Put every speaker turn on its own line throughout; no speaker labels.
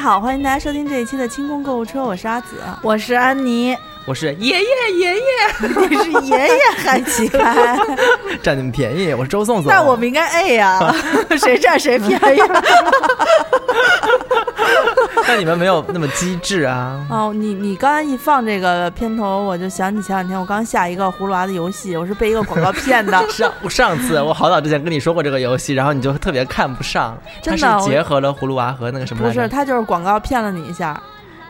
好，欢迎大家收听这一期的清空购物车，我是阿紫。
我是安 妮，
我是爷爷爷爷
你是爷爷还奇怪？
占你们便宜，我是周颂颂。
那我 们应该 A 呀、谁占谁便宜、
那你们没有那么机智 啊？。
哦，你你刚才一放这个片头，我就想起前两天我刚下一个葫芦娃的游戏，我是被一个广告骗 的
上上次我好早之前跟你说过这个游戏，然后你就特别看不上，
真的
它
我
是结合了葫芦娃和那个什么
不
来着
是，他就是广告骗了你一下。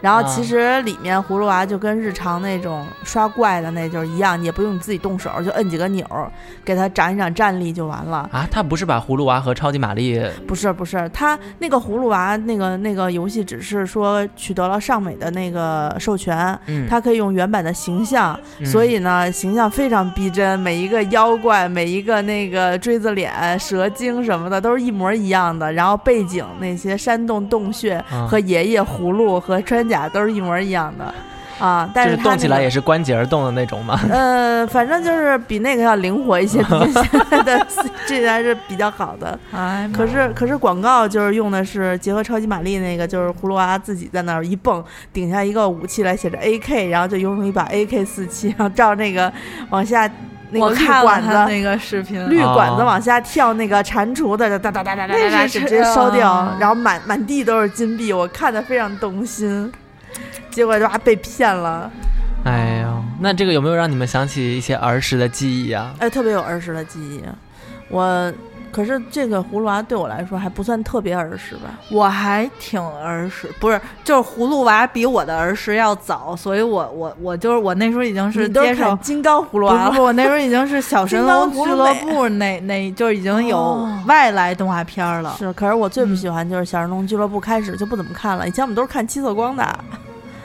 然后
啊
其实里面葫芦娃就跟日常那种刷怪的那就是一样，也不用你自己动手，就摁几个钮儿，给他涨一涨战力就完了。
啊，他不是把葫芦娃和超级玛丽
不是不是，他那个葫芦娃那个那个游戏只是说取得了尚美的那个授权，
嗯，
它可以用原版的形象，
嗯
所以呢形象非常逼真，每一个妖怪、每一个那个锥子脸、蛇精什么的都是一模一样的，然后背景那些山洞洞穴
啊
和爷爷葫芦和穿甲都是一模一样的。啊，但
就是是
它
动起
那
来
个
也是关节儿动的那 种嘛。
呃，反正就是比那个要灵活一些，毕竟 现在的 这还是比较好的。
哎
可是可是广告就是用的是结合超级玛丽那个，就是葫芦娃自己在那儿一蹦，顶下一个武器来写着 AK，然后就用一把 AK 四七，然后照那个往下那
我
个绿
看了
管
他
子。
那个视频，
绿管子
哦
往下跳，那个蟾蜍的哒哒哒哒哒哒哒，
那
就是直接烧掉
啊，
然后满满地都是金币，我看的非常动心，结果哇被骗了，
哎呦，那这个有没有让你们想起一些儿时的记忆啊？
哎，特别有儿时的记忆。我可是这个葫芦娃对我来说还不算特别儿时吧，
我还挺儿时，不是，就是葫芦娃比我的儿时要早，所以我我我就是我那时候已经是
你都
接受
看金刚葫芦
不
娃了
不不，我那时候已经 是小神龙俱乐部那那就是已经有
哦
外来动画片了。
是，可是我最不
嗯
喜欢就是《小神龙俱乐部》开始就不怎么看了，以前我们都是看七色光的。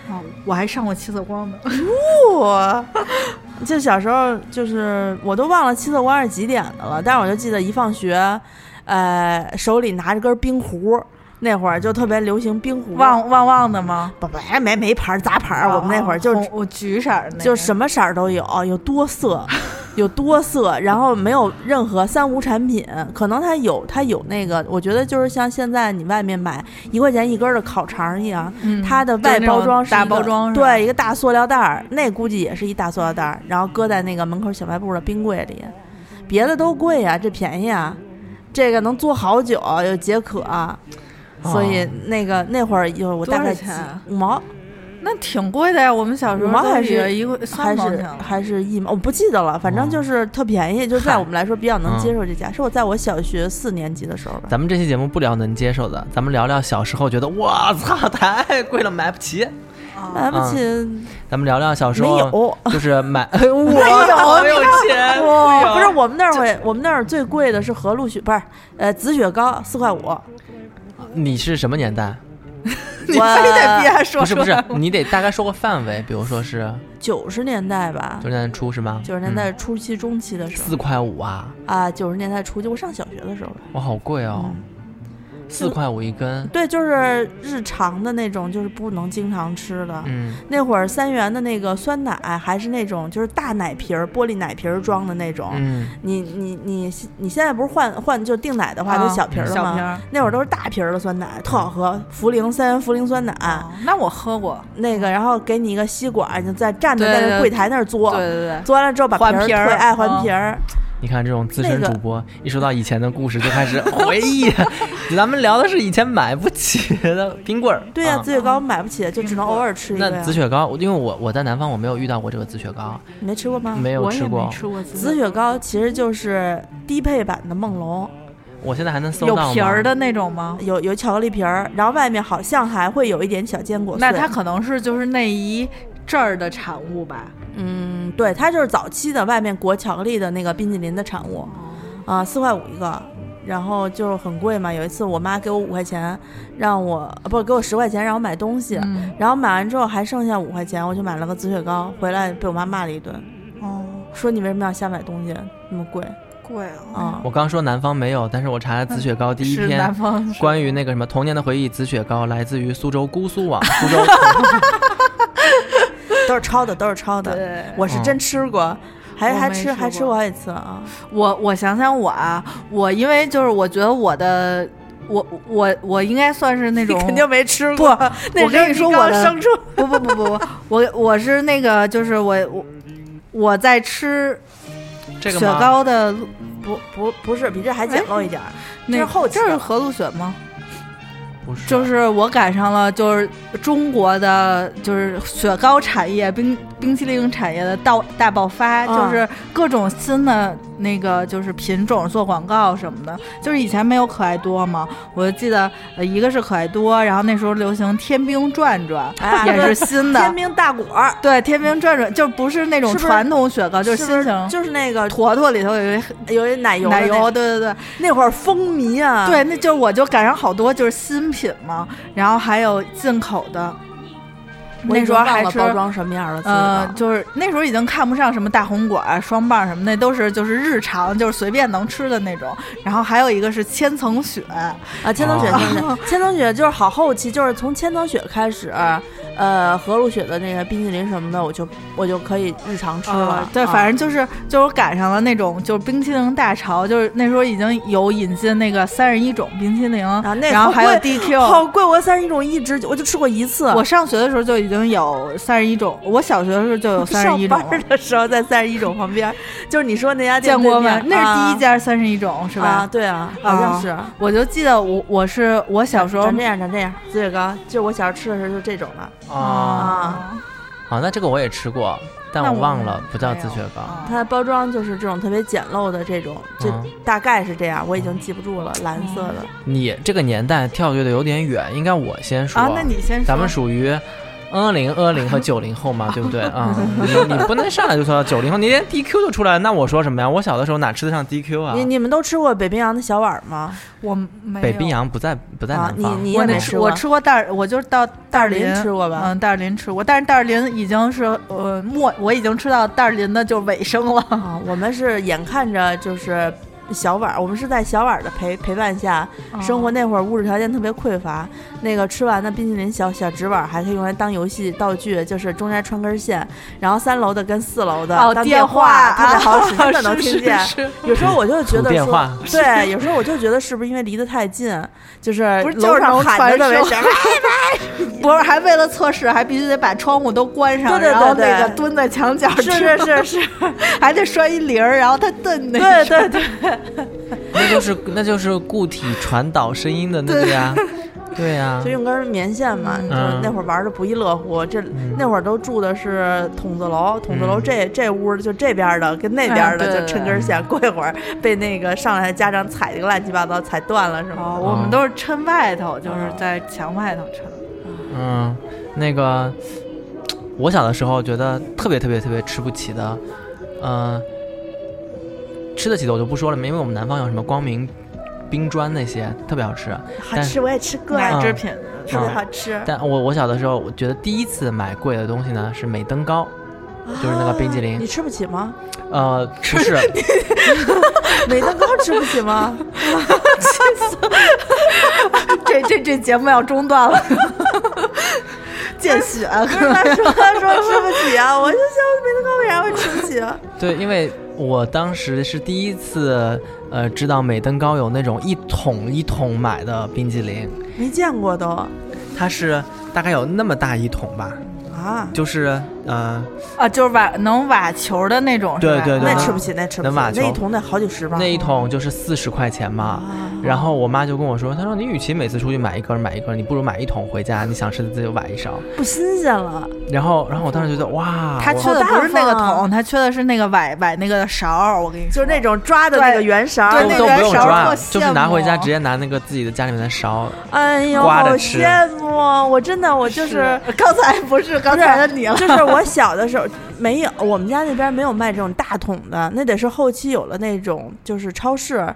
哦我还上过七色光呢。
不， 就小时候就是我都忘了七色光是几点的了，但是我就记得一放学，呃，手里拿着根冰壶，那会儿就特别流行冰壶。
旺旺旺的吗？
不不，哎没没牌儿杂牌啊儿，我们那会儿就是
红我橘色儿那个，
就什么色儿都有，有多色，有多色，然后没有任何三无产品。可能它有，它有那个，我觉得就是像现在你外面买一块钱一根儿的烤肠一样，
嗯
它的
就是
外
那
包
种
装是
大
一
包
个
装是吧
对，一个大塑料袋儿，那估计也是一大塑料袋儿，然后搁在那个门口小卖部的冰柜里。别的都贵啊，这便宜啊，这个能做好久，又解渴、啊所以
哦
那个那会儿有我大
多少
概
钱啊
几五毛，
那挺贵的呀，我们小时候
五毛
都
还
比
是
一个
还
三毛
是
钱 了。
还是一毛，我不记得了，反正就是特便宜，就在
哦嗨
我们来说比较能
嗯
接受这家，是我在我小学四年级的时候吧。
咱们这期节目不聊能接受的，咱们聊聊小时候觉得我操太贵了买不起。
来哎
嗯
不起，
咱们聊聊小时
没
候
有，
就是买，我哎没有钱，
哇，不是我们那儿会，我们那儿最贵的是和路雪，不是呃紫雪糕四块五，
你是什么年代？
你非得逼他说
不是
出
不
来
是
吗，
你得大概说个范围，比如说是
九十年代吧
九，十年代初是吗？嗯
九十年代初期中期的时候
四块五啊，
啊，九十年代初期我上小学的时候吧，
哇，好贵哦，四块五一根，
对，就是日常的那种，就是不能经常吃的，
嗯，
那会儿三元的那个酸奶还是那种就是大奶瓶儿、玻璃奶瓶儿装的那种。
嗯，
你你你你现在不是换换就订奶的话
啊
都小瓶儿的
小
吗？
瓶儿
那会儿都是大瓶儿的酸奶，特好喝，涪陵三元涪陵酸奶。
啊，那我喝过，
那个，然后给你一个吸管，你就在站着
对
在那
对
柜台那儿嘬，
对对，
嘬完了之后把
换
瓶儿
瓶儿
退，爱
嗯
还瓶儿。
你看这种资深
那个
主播，一说到以前的故事就开始回忆，啊 咱们聊的是以前买不起的冰棍儿，
对呀、
啊
紫雪糕买不起，就只
嗯
能偶尔吃一个
那
呀
紫。雪糕，因为我我在南方我没有遇到过这个紫雪糕，
你没吃过吗？
没有
我也
吃过
没，吃过
紫
紫
雪糕其实就是低配版的梦龙，
我现在还能搜
有
到
皮
吗
儿的那种吗？
有有巧克力皮儿，然后外面好像还会有一点小坚果碎。
那它可能是就是那一阵儿的产物吧。
嗯，对，它就是早期的外面裹巧克力的那个冰淇淋的产
哦
物，啊，四块五一个，然后就是很贵嘛。有一次我妈给我五块钱，让我啊不给我十块钱让我买东西，
嗯
然后买完之后还剩下五块钱，我就买了个紫雪糕，回来被我妈骂了一顿，
哦，
说你为什么要瞎买东西那么贵
贵啊，
啊？
我刚说南方没有，但是我查了紫雪糕第一
是
篇，
南方是
关于那个什么童年的回忆，紫雪糕来自于苏州姑苏网，苏 州
都是抄的，都是抄的。
对。嗯
我是真吃过，还
我
还
没
吃
吃
还吃
过
过好几次啊。
我我想想我啊，我因为就是我觉得我的。我我我应该算是那
你
种
肯定没吃
不
过。 那
我跟你说我
刚
的
生出
不不不不不，我我是那个就是我我我在吃
这
雪
个吗？
糕的路
不不不是比这还简陋一点儿，这
那
是后期啊
这是
的
和路雪吗？
不是，
就是我赶上了，就是中国的，就是雪糕产业、冰冰淇淋产业的大大爆发，
嗯
就是各种新的那个就是品种做广告什么的。就是以前没有可爱多嘛，我就记得呃一个是可爱多，然后那时候流行天冰转转，
哎
也是新
天
的。
兵大果儿，
对，天冰转转就不是那种
是不是
传统雪糕，啊就是是
不是
新型。
就是那个
坨坨里头有一
有一奶油的
奶
那个
油，对对对，
那会儿风靡啊，
对，那就是我就赶上好多就是新品嘛，然后还有进口的。
我已经
嗯那时候
忘
还
了
是
包装什么样的自己
呃，
了，
就是那时候已经看不上什么大红果儿、双棒什么，那都是就是日常就是随便能吃的那种。然后还有一个是千层雪，
啊，千层雪，
哦
千层 雪，千层雪就是好后期，就是从千层雪开始，呃，和路雪的那个冰淇淋什么的，我就我就可以日常吃了
呃。对，
啊
反正就是就是我赶上了那种就是冰淇淋大潮，就是那时候已经有引进那个三十一种冰淇淋，
啊那
然后
好
还
贵
有 DQ，
好贵，我哦三十一种一直我就吃过一次。
我上学的时候就已经有三十一种，我小学的时候就有三十一
上
种
班
了。
儿的时候在三十一种旁边，就是你说那家店
见过
对面
吗？那是第一
啊
家三十一种是吧？
啊，对啊，好像是。
我就记得我我是我小时候
长这样，长这样，紫雪糕，就是我小时候吃的时候就这种的。
啊
啊，
啊，那这个我也吃过，但
那
我
我啊
忘
们
了不叫紫雪糕。
它的包装就是这种特别简陋的这种，就
嗯
大概是这样，我已经记不住了。蓝色的，
你这个年代跳跃的有点远，应该我先说。
啊，那你先说，
咱们属于。二零二零和九零后嘛，对不对 啊、你你不能上来就说九零后，你连 DQ 都出来了，那我说什么呀？我小的时候哪吃得上 DQ 啊？
你你们都吃过北冰洋的小碗吗？
我没有
北冰。洋不在不在
啊
南，
你
方，
你
我
也
那
没
吃
过
我？吃过袋儿，我就是到袋儿
袋儿林吃过吧
嗯，袋儿林吃过，但是袋儿林已经是呃末，我已经吃到袋儿林的就尾声了。
啊，我们是眼看着就是小碗儿，我们是在小碗儿的陪陪伴下
哦
生活。那会儿物质条件特别匮乏，那个吃完的冰淇淋小小纸碗儿还可以用来当游戏道具，就是中间穿根线，然后三楼的跟四楼的
哦，
当
电
话特别好 使，
啊
真的能
是
听见。
是是
有时候我就觉
土
得
电
说
话
对，有时候我就觉得是不是因为离得太近，就是
不是就
楼
是
上
能
喊着
传
特别
声
响，
不是，还为了测试，还必须得把窗户都关上，
对对对
然后那
对
个蹲在墙角吃，
是是是是，
还得摔一铃儿，然后他蹬 那
对
个
对对，
那就是那就是固体传导声音的那个呀， 对呀、
就用根棉线嘛，
嗯
就是那会儿玩的不亦乐乎。这那会儿都住的是筒子楼，筒子楼
嗯
这这屋就这边的跟那边
哎
的
对
就抻根线，过一会儿被那个上来的家长踩一个乱七八糟，踩断了什
哦，
么
我们都是抻外头，就是在墙外头抻。
嗯，那个我小的时候觉得特别特别特别吃不起的，嗯、吃得起的我就不说了，因为我们南方有什么光明冰砖那些特别好吃。啊
的，好
嗯但
吃我也吃过，
奶
嗯
制品，
特别好吃。
但我我小的时候，我觉得第一次买贵的东西呢是美登糕，嗯就是那个冰淇
啊
淋
你吃不起吗？
呃，不是，
美登糕吃不起吗？
这这这节目要中断了， 见血。啊
不是他说他说吃不起啊，我就想美登糕为啥会吃不起啊？
对，因为我当时是第一次呃知道美登糕有那种一桶一桶买的冰淇淋，
没见过都
它是大概有那么大一桶吧，
啊，
就是呃
啊，就是瓦能瓦球的那种，
对
是吧
对对
那
对
吃不起，那吃不
能
起，
瓦球
那一桶得好几十吧？
那一桶就是四十块钱嘛。然后我妈就跟我说，她说你与其每次出去买一根儿买一根儿，你不如买一桶回家，你想吃的自己崴一勺。
不新鲜了。
然后，然后我当时觉得哇，
他
我
缺的不是那个
好大方啊
桶，他缺的是那个崴崴那个勺儿。我跟你说，
就是那 种抓的那个圆勺，
对
都
那
都
个
不用
勺儿
抓，
特 羡
就是拿回家
慕
直接拿那个自己的家里面的勺，
哎呦，
刮
好
着吃
羡慕！我真的，我 就是。
刚才不是刚才的你了，
就是我小的时候没有，我们家那边没有卖这种大桶的，那得是后期有了那种，就是超市，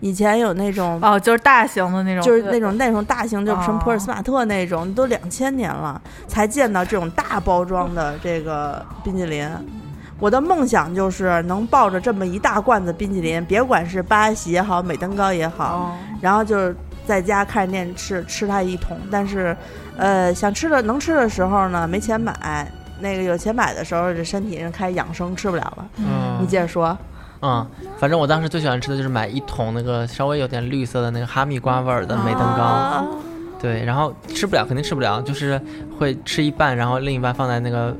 以前有那种，
哦，就是大型的那种，
就是那种那种大型，就是什么
哦
普尔斯马特那种，都两千年了才见到这种大包装的这个冰淇淋。我的梦想就是能抱着这么一大罐子冰淇淋，别管是巴西也好，美登高也好，
哦，
然后就是在家看着电视吃吃它一桶，但是，呃，想吃的能吃的时候呢，没钱买；那个有钱买的时候，这身体人开始养生，吃不了了。
嗯
你接着说，
嗯，反正我当时最喜欢吃的就是买一桶那个稍微有点绿色的那个哈密瓜味儿
哦
的梅登糕，
啊
对，然后吃不了肯定吃不了，就是会吃一半，然后另一半放在那个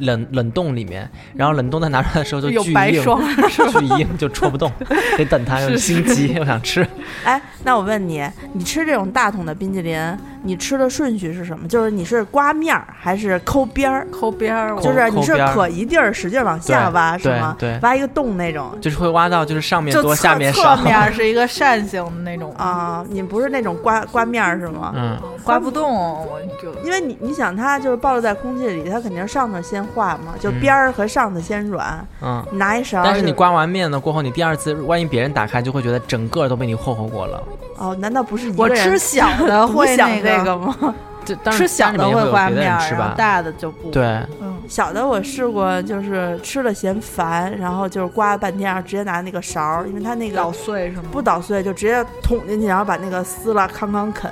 冷冷冻里面，然后冷冻再拿出来的时候就
有
巨
白
硬，
霜是吧？
巨硬就戳不 动，得等它有心急，又想吃。
哎，那我问你，你吃这种大桶的冰淇淋，你吃的顺序是什么？就是你是刮面儿还是抠边儿？
抠边儿，我
抠
就是你是
抠边儿
可一地儿使劲往下
对
挖是
对
吗？
对
挖一个洞那种
就是会挖到就是上面
就
多
侧
下面
侧
少，
面是一个扇形的那种，
啊、你不是那种刮刮面儿是吗？
嗯，
刮不动，我就
因为你你想它就是暴露在空气里，它肯定上头先化嘛，就边儿和上头先软。
嗯，
你拿一勺，
但是你刮完面了过后，你第二次万一别人打开，就会觉得整个都被你霍霍过了。
哦，难道不是一个
我
人
吃小的
独
会
享
那
这个吗？
这当然
吃小的
当然
会
里面
刮
有别
面
的人
儿，
吃
然后
吧？
大的就不。，
对，
嗯，
小的我试过，就是吃了嫌烦，然后就是刮了半天，然后直接拿那个勺儿，因为它那个
捣碎是吗？
不捣碎就直接捅进去，然后把那个撕了，康康啃。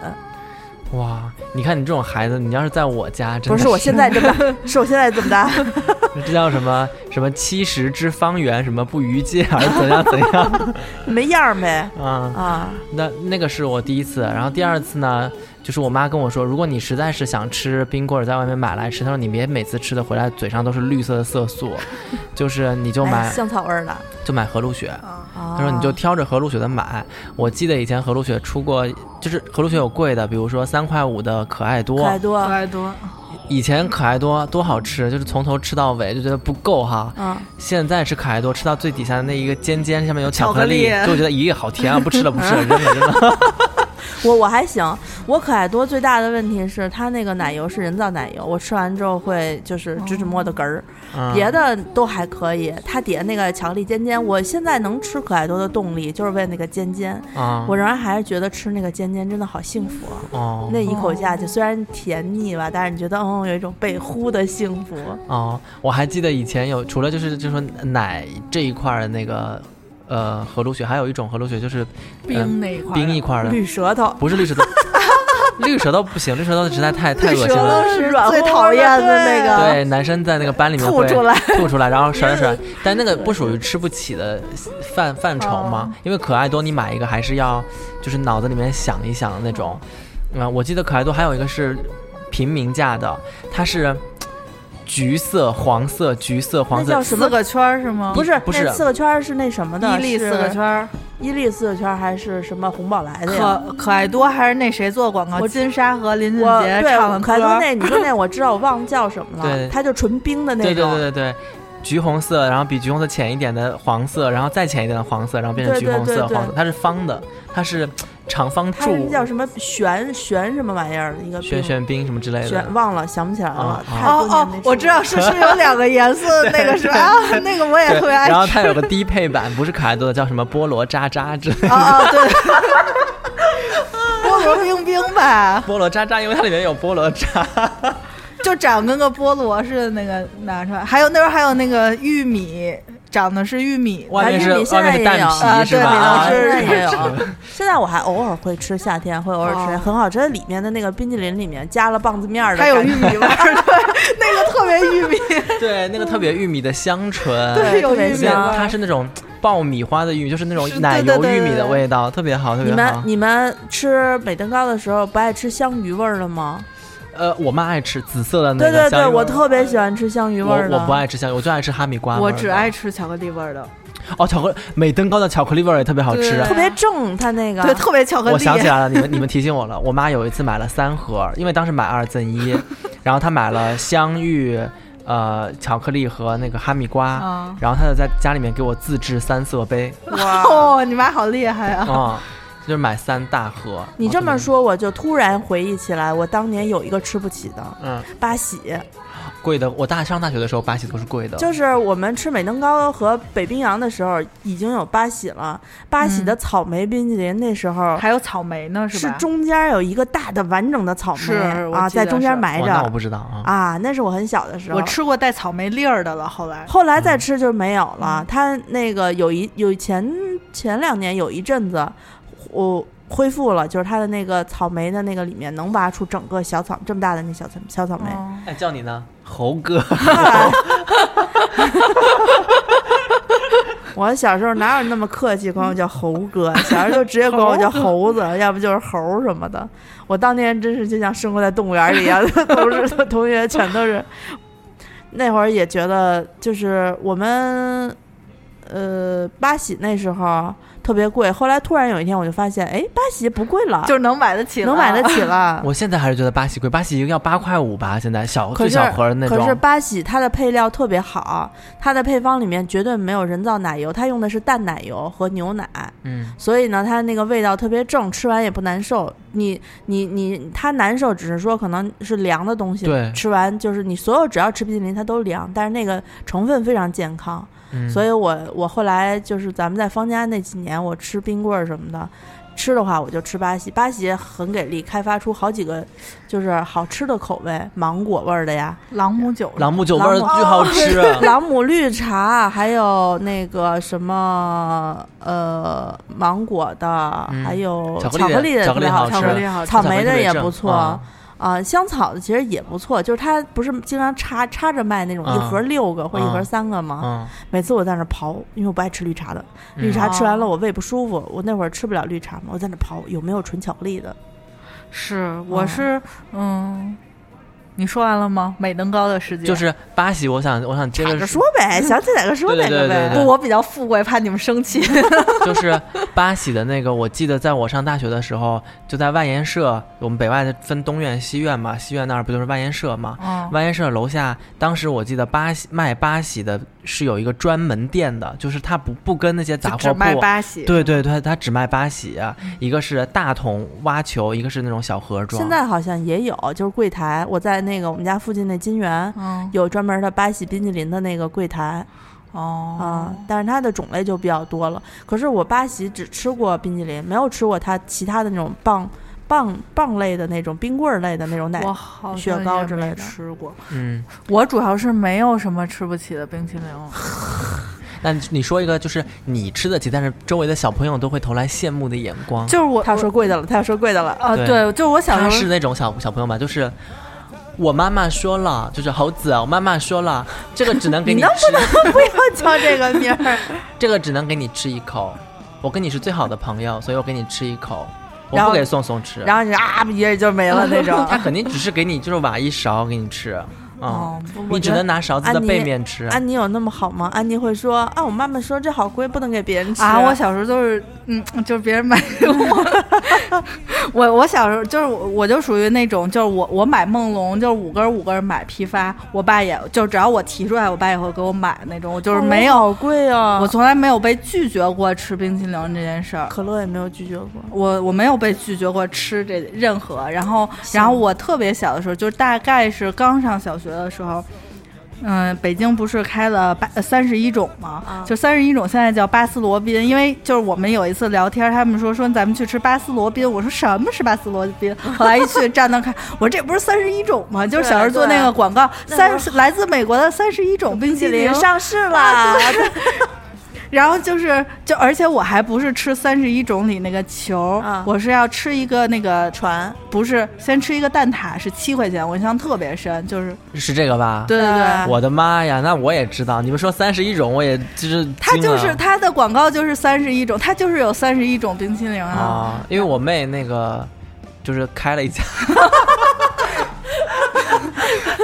哇，你看你这种孩子，你要是在我家，真
不
的
是我现在这么大，是我现在这么 大。
这叫什么什么七十之方圆，什么不逾界，还是怎样 怎样
没样儿呗。
啊？
啊，
那那个是我第一次，然后第二次呢，就是我妈跟我说，如果你实在是想吃冰棍儿，在外面买来吃，她说你别每次吃的回来嘴上都是绿色的 色素，就是你就
哎哦
买
香草味儿的。
就买和路雪。
啊，
他
她说你就挑着和路雪的买，我记得以前和路雪出过，就是和路雪有贵的，比如说三块五的可爱多，
可爱
可
多，
爱多，
以前可爱多多好吃，就是从头吃到尾就觉得不够哈。
嗯，
现在吃可爱多吃到最底下的那一个尖尖，下面有巧克
巧克力
就觉得咦好甜啊，不吃了不吃了，扔了扔了。
我我还行，我可爱多最大的问题是它那个奶油是人造奶油，我吃完之后会就是指指摸的嗝儿，
嗯
别的都还可以，它底下那个巧克力尖尖，我现在能吃可爱多的动力就是为那个尖尖，
啊，
我仍然还是觉得吃那个尖尖真的好幸福啊。
哦
那一口下去，虽然甜腻吧，但是你觉得，嗯，有一种被呼的幸福。
哦，我还记得以前有除了就是就说奶这一块儿的那个呃和路雪，还有一种和路雪就是呃
冰那一块儿的，
冰一块儿的，
绿舌头，
不是绿舌头，绿舌头不行，绿舌头实在太太恶心了。
头是
软
最
乎乎
讨厌的那个
对，男生在那个班里面
吐
会
出来，
吐出 来，然后甩来甩来，但那个不属于吃不起的范
哦
范畴嘛，因为可爱多你买一个还是要就是脑子里面想一想的那种。嗯，我记得可爱多还有一个是平民价的，它是橘色、黄色、橘色、黄
那
色
叫，什
四
么
个圈儿是吗？
不是
不是
那四个圈儿是那什么的？
伊利
是
四个圈儿，哎
伊利四个圈儿还是什么红宝来的呀？
可可爱多还是那谁做广告？
我
金莎和林俊
我
杰
对
嗯唱的
可爱
歌
多
儿，
那你说那我知道，我忘了叫什么了
对，
它就纯冰的那
对
种。
对对对对。橘红色，然后比橘红色浅一点的黄色，然后再浅一点的黄色，然后变成
对
橘
对
红色、
对对
黄色，它是方的，它是长方
它是
柱，
叫什么旋旋什么玩意儿的一个
旋
冰
旋冰什么之类的。
旋忘了想不起来了
啊，
太多
哦
年没
哦
吃，
我
过
知道是是有两个 颜色的那个是吧？啊那个我也
对，
特别爱
然后
吃。
它有个低配版，不是可爱多的，叫什么菠萝渣渣之类的。
哦哦对，菠萝冰冰吧，
菠萝渣渣，因为它里面有菠萝渣。
啊
就长跟个菠萝似的那个拿出来，还有那时候还有那个玉米，长的是玉米，
外面
玉
是
米现在
外面是
也
蛋
有
皮、
啊
是
对
吧？啊
里头是
现在也有， 现在我还偶尔会吃，夏天会偶尔吃，
哦
很好吃。里面的那个冰淇淋里面加了棒子面儿的
还
感觉，
有玉米 味儿，对，那个特别玉米，
对，那个特别玉米的香 醇，
对
有
特别
玉米味
香
儿。
它是那种爆米花的玉米，就是那种
是
奶
对
油
对对
玉米的
对
味道，特别好，特
你
别
们
好。
你们吃美登糕的时候不爱吃香鱼味儿的吗？
呃，我妈爱吃紫色的那
对
个
对
香
对，
芋
我
味儿。
特别喜欢吃香鱼味儿的。
我我不爱吃香芋，我就爱吃哈密瓜味
我
儿的。
只爱吃巧克力味儿的，
哦，巧克力美登高的巧克力味儿也特别好吃啊
对。
特别正，它那个
对，特别巧克力。
我想起来了，你们你们提醒我了。我妈有一次买了三盒，因为当时买二赠一，然后她买了香芋、呃巧克力和那个哈密瓜，
哦
啊
然后她就在家里面给我自制三色 杯
哇！
哦，你妈好厉害啊！
啊、就是买三大盒。
你这么
哦，
说，我就突然回忆起来，我当年有一个吃不起的
嗯，
八喜，
贵的，我大上大学的时候八喜都是贵的，
就是我们吃美登糕和北冰洋的时候已经有八喜了，八
嗯
喜的草莓冰淇淋那时候
还有草莓呢，
是
吧？
中间有一个大的完整的草莓
是我
啊，
记得
在中
是
间埋
哇那我
着
不知道啊。
啊，那是我很小的时候，
我吃过带草莓粒儿的了，后来
后来再
嗯
吃就没有
嗯
了。它那个有一有前前两年有一阵子，我恢复了，就是它的那个草莓的那个里面能挖出整个小草这么大的那小草小草
哦
莓。
哎，叫你呢，猴哥。
我小时候哪有那么客气，管我叫猴哥，小时候就直接管我叫猴子，要不就是猴儿什么的。我当年真是就像生活在动物园里一样， 同事同学全都是。那会儿也觉得，就是我们，呃，八喜那时候特别贵，后来突然有一天我就发现，哎，八喜不贵了，
就是能买得起了，
能买 得起了。
我现在还是觉得八喜贵，八喜一个要八块五吧，现在小
可
最
是
小盒儿的那
可是
种。
八喜它的配料特别好，它的配方里面绝对没有人造奶油，它用的是淡奶油和牛奶，
嗯，
所以呢，它那个味道特别正，吃完也不难受。你你你，它难受只是说可能是凉的东西，
对
吃完就是你所有只要吃冰淇淋它都凉，但是那个成分非常健康，
嗯
所以我我后来就是咱们在方家那几年，我吃冰棍儿什么的。吃的话，我就吃巴西。巴西很给力，开发出好几个就是好吃的口味，芒果味儿的呀，
朗姆酒，
朗姆酒味儿巨
朗姆哦
好吃，啊
朗姆绿茶，还有那个什么呃芒果的，
嗯
还有
巧克力的
克力的特
巧克力
别好
好
巧
吃
克力好吃
草莓的也不错
啊
啊、香草的其实也不错，就是它不是经常插插着卖那种
嗯
一盒六个或一盒
嗯
三个吗？
嗯，
每次我在那刨，因为我不爱吃绿茶的，
嗯
绿茶吃完了
哦
我胃不舒服，我那会儿吃不了绿茶嘛，我在那刨有没有纯巧克力的，
是，我是嗯，你说完了吗？美登高的世界
就是巴西，我想我想接
哪
着
个说 呗，想起哪个说哪个
对对对
呗
对。
不，我比较富贵，怕你们生气。
就是八喜的那个，我记得在我上大学的时候，就在外研社，我们北外的分东院、西院嘛，西院那儿不就是外研社嘛？
嗯，
外研社楼下，当时我记得八喜卖八喜的是有一个专门店的，就是它不不跟那些杂
就
货
只
铺，
卖八喜，
对对对，它只卖八喜，一个是大桶挖球，一个是那种小盒装。
现在好像也有，就是柜台，我在那个我们家附近那金源
嗯，
有专门的巴西冰淇淋的那个柜台啊、
哦，
但是它的种类就比较多了。可是我巴西只吃过冰淇淋，没有吃过它其他的那种棒棒棒类的那种冰棍儿类的那种奶
我。好像
雪糕之
也没
类的
吃过，
嗯，
我主要是没有什么吃不起的冰淇淋。啊
那你你说一个，就是你吃得起，但是周围的小朋友都会投来羡慕的眼光。
就是我
他说贵的了，他要说贵的了。
啊，
对
对，就我小
他
时
是
候
那种小小朋友嘛，就是我妈妈说了，就是猴子，啊我妈妈说了，这个只能给你
能
吃，
不要叫这个名儿，
这个只能给你吃一口。我跟你是最好的朋友，所以我给你吃一口，我
然
不
后
给宋宋吃。
然后你啊，一人就没了那 种。
他肯定只是给你就是挖一勺给你吃，嗯
哦，不我
你只
觉得
能拿勺子的
安妮
背面吃。
安妮有那么好吗？安妮会说啊，我妈妈说这好贵，不能给别人吃
啊，我小时候都是，嗯，就是别人买给我，我 我小时候就是我我就属于那种，就是我我买梦龙就是五根儿五根儿买批发，我爸也就只要我提出来，我爸也会给我买那种，我就是没有，
好贵啊，
我从来没有被拒绝过吃冰淇淋这件事儿。
可乐也没有拒绝过。
我我没有被拒绝过吃这任何，然后然后我特别小的时候，就大概是刚上小学的时候，嗯，北京不是开了八呃三十一种吗？
啊
就三十一种现在叫巴斯罗宾，因为就是我们有一次聊天，他们说说咱们去吃巴斯罗宾，我说什么是巴斯罗 宾？后来一去站那看，我说这不是三十一种吗？就是小时候做那个广告，
对那会
三
儿
十来自美国的三十一种冰淇淋。
上市了，
然后就是就而且我还不是吃三十一种里那个球，
啊
我是要吃一个那个
传
不是，先吃一个蛋挞是七块钱，我印象特别深，就是呃
是这个吧？
对对对
啊。
我的妈呀，那我也知道。你们说三十一种，我也就是
它
惊
就
了
是它的广告就是三十一种，它就是有三十一种冰淇淋啊！
啊，因为我妹那个就是开了一家，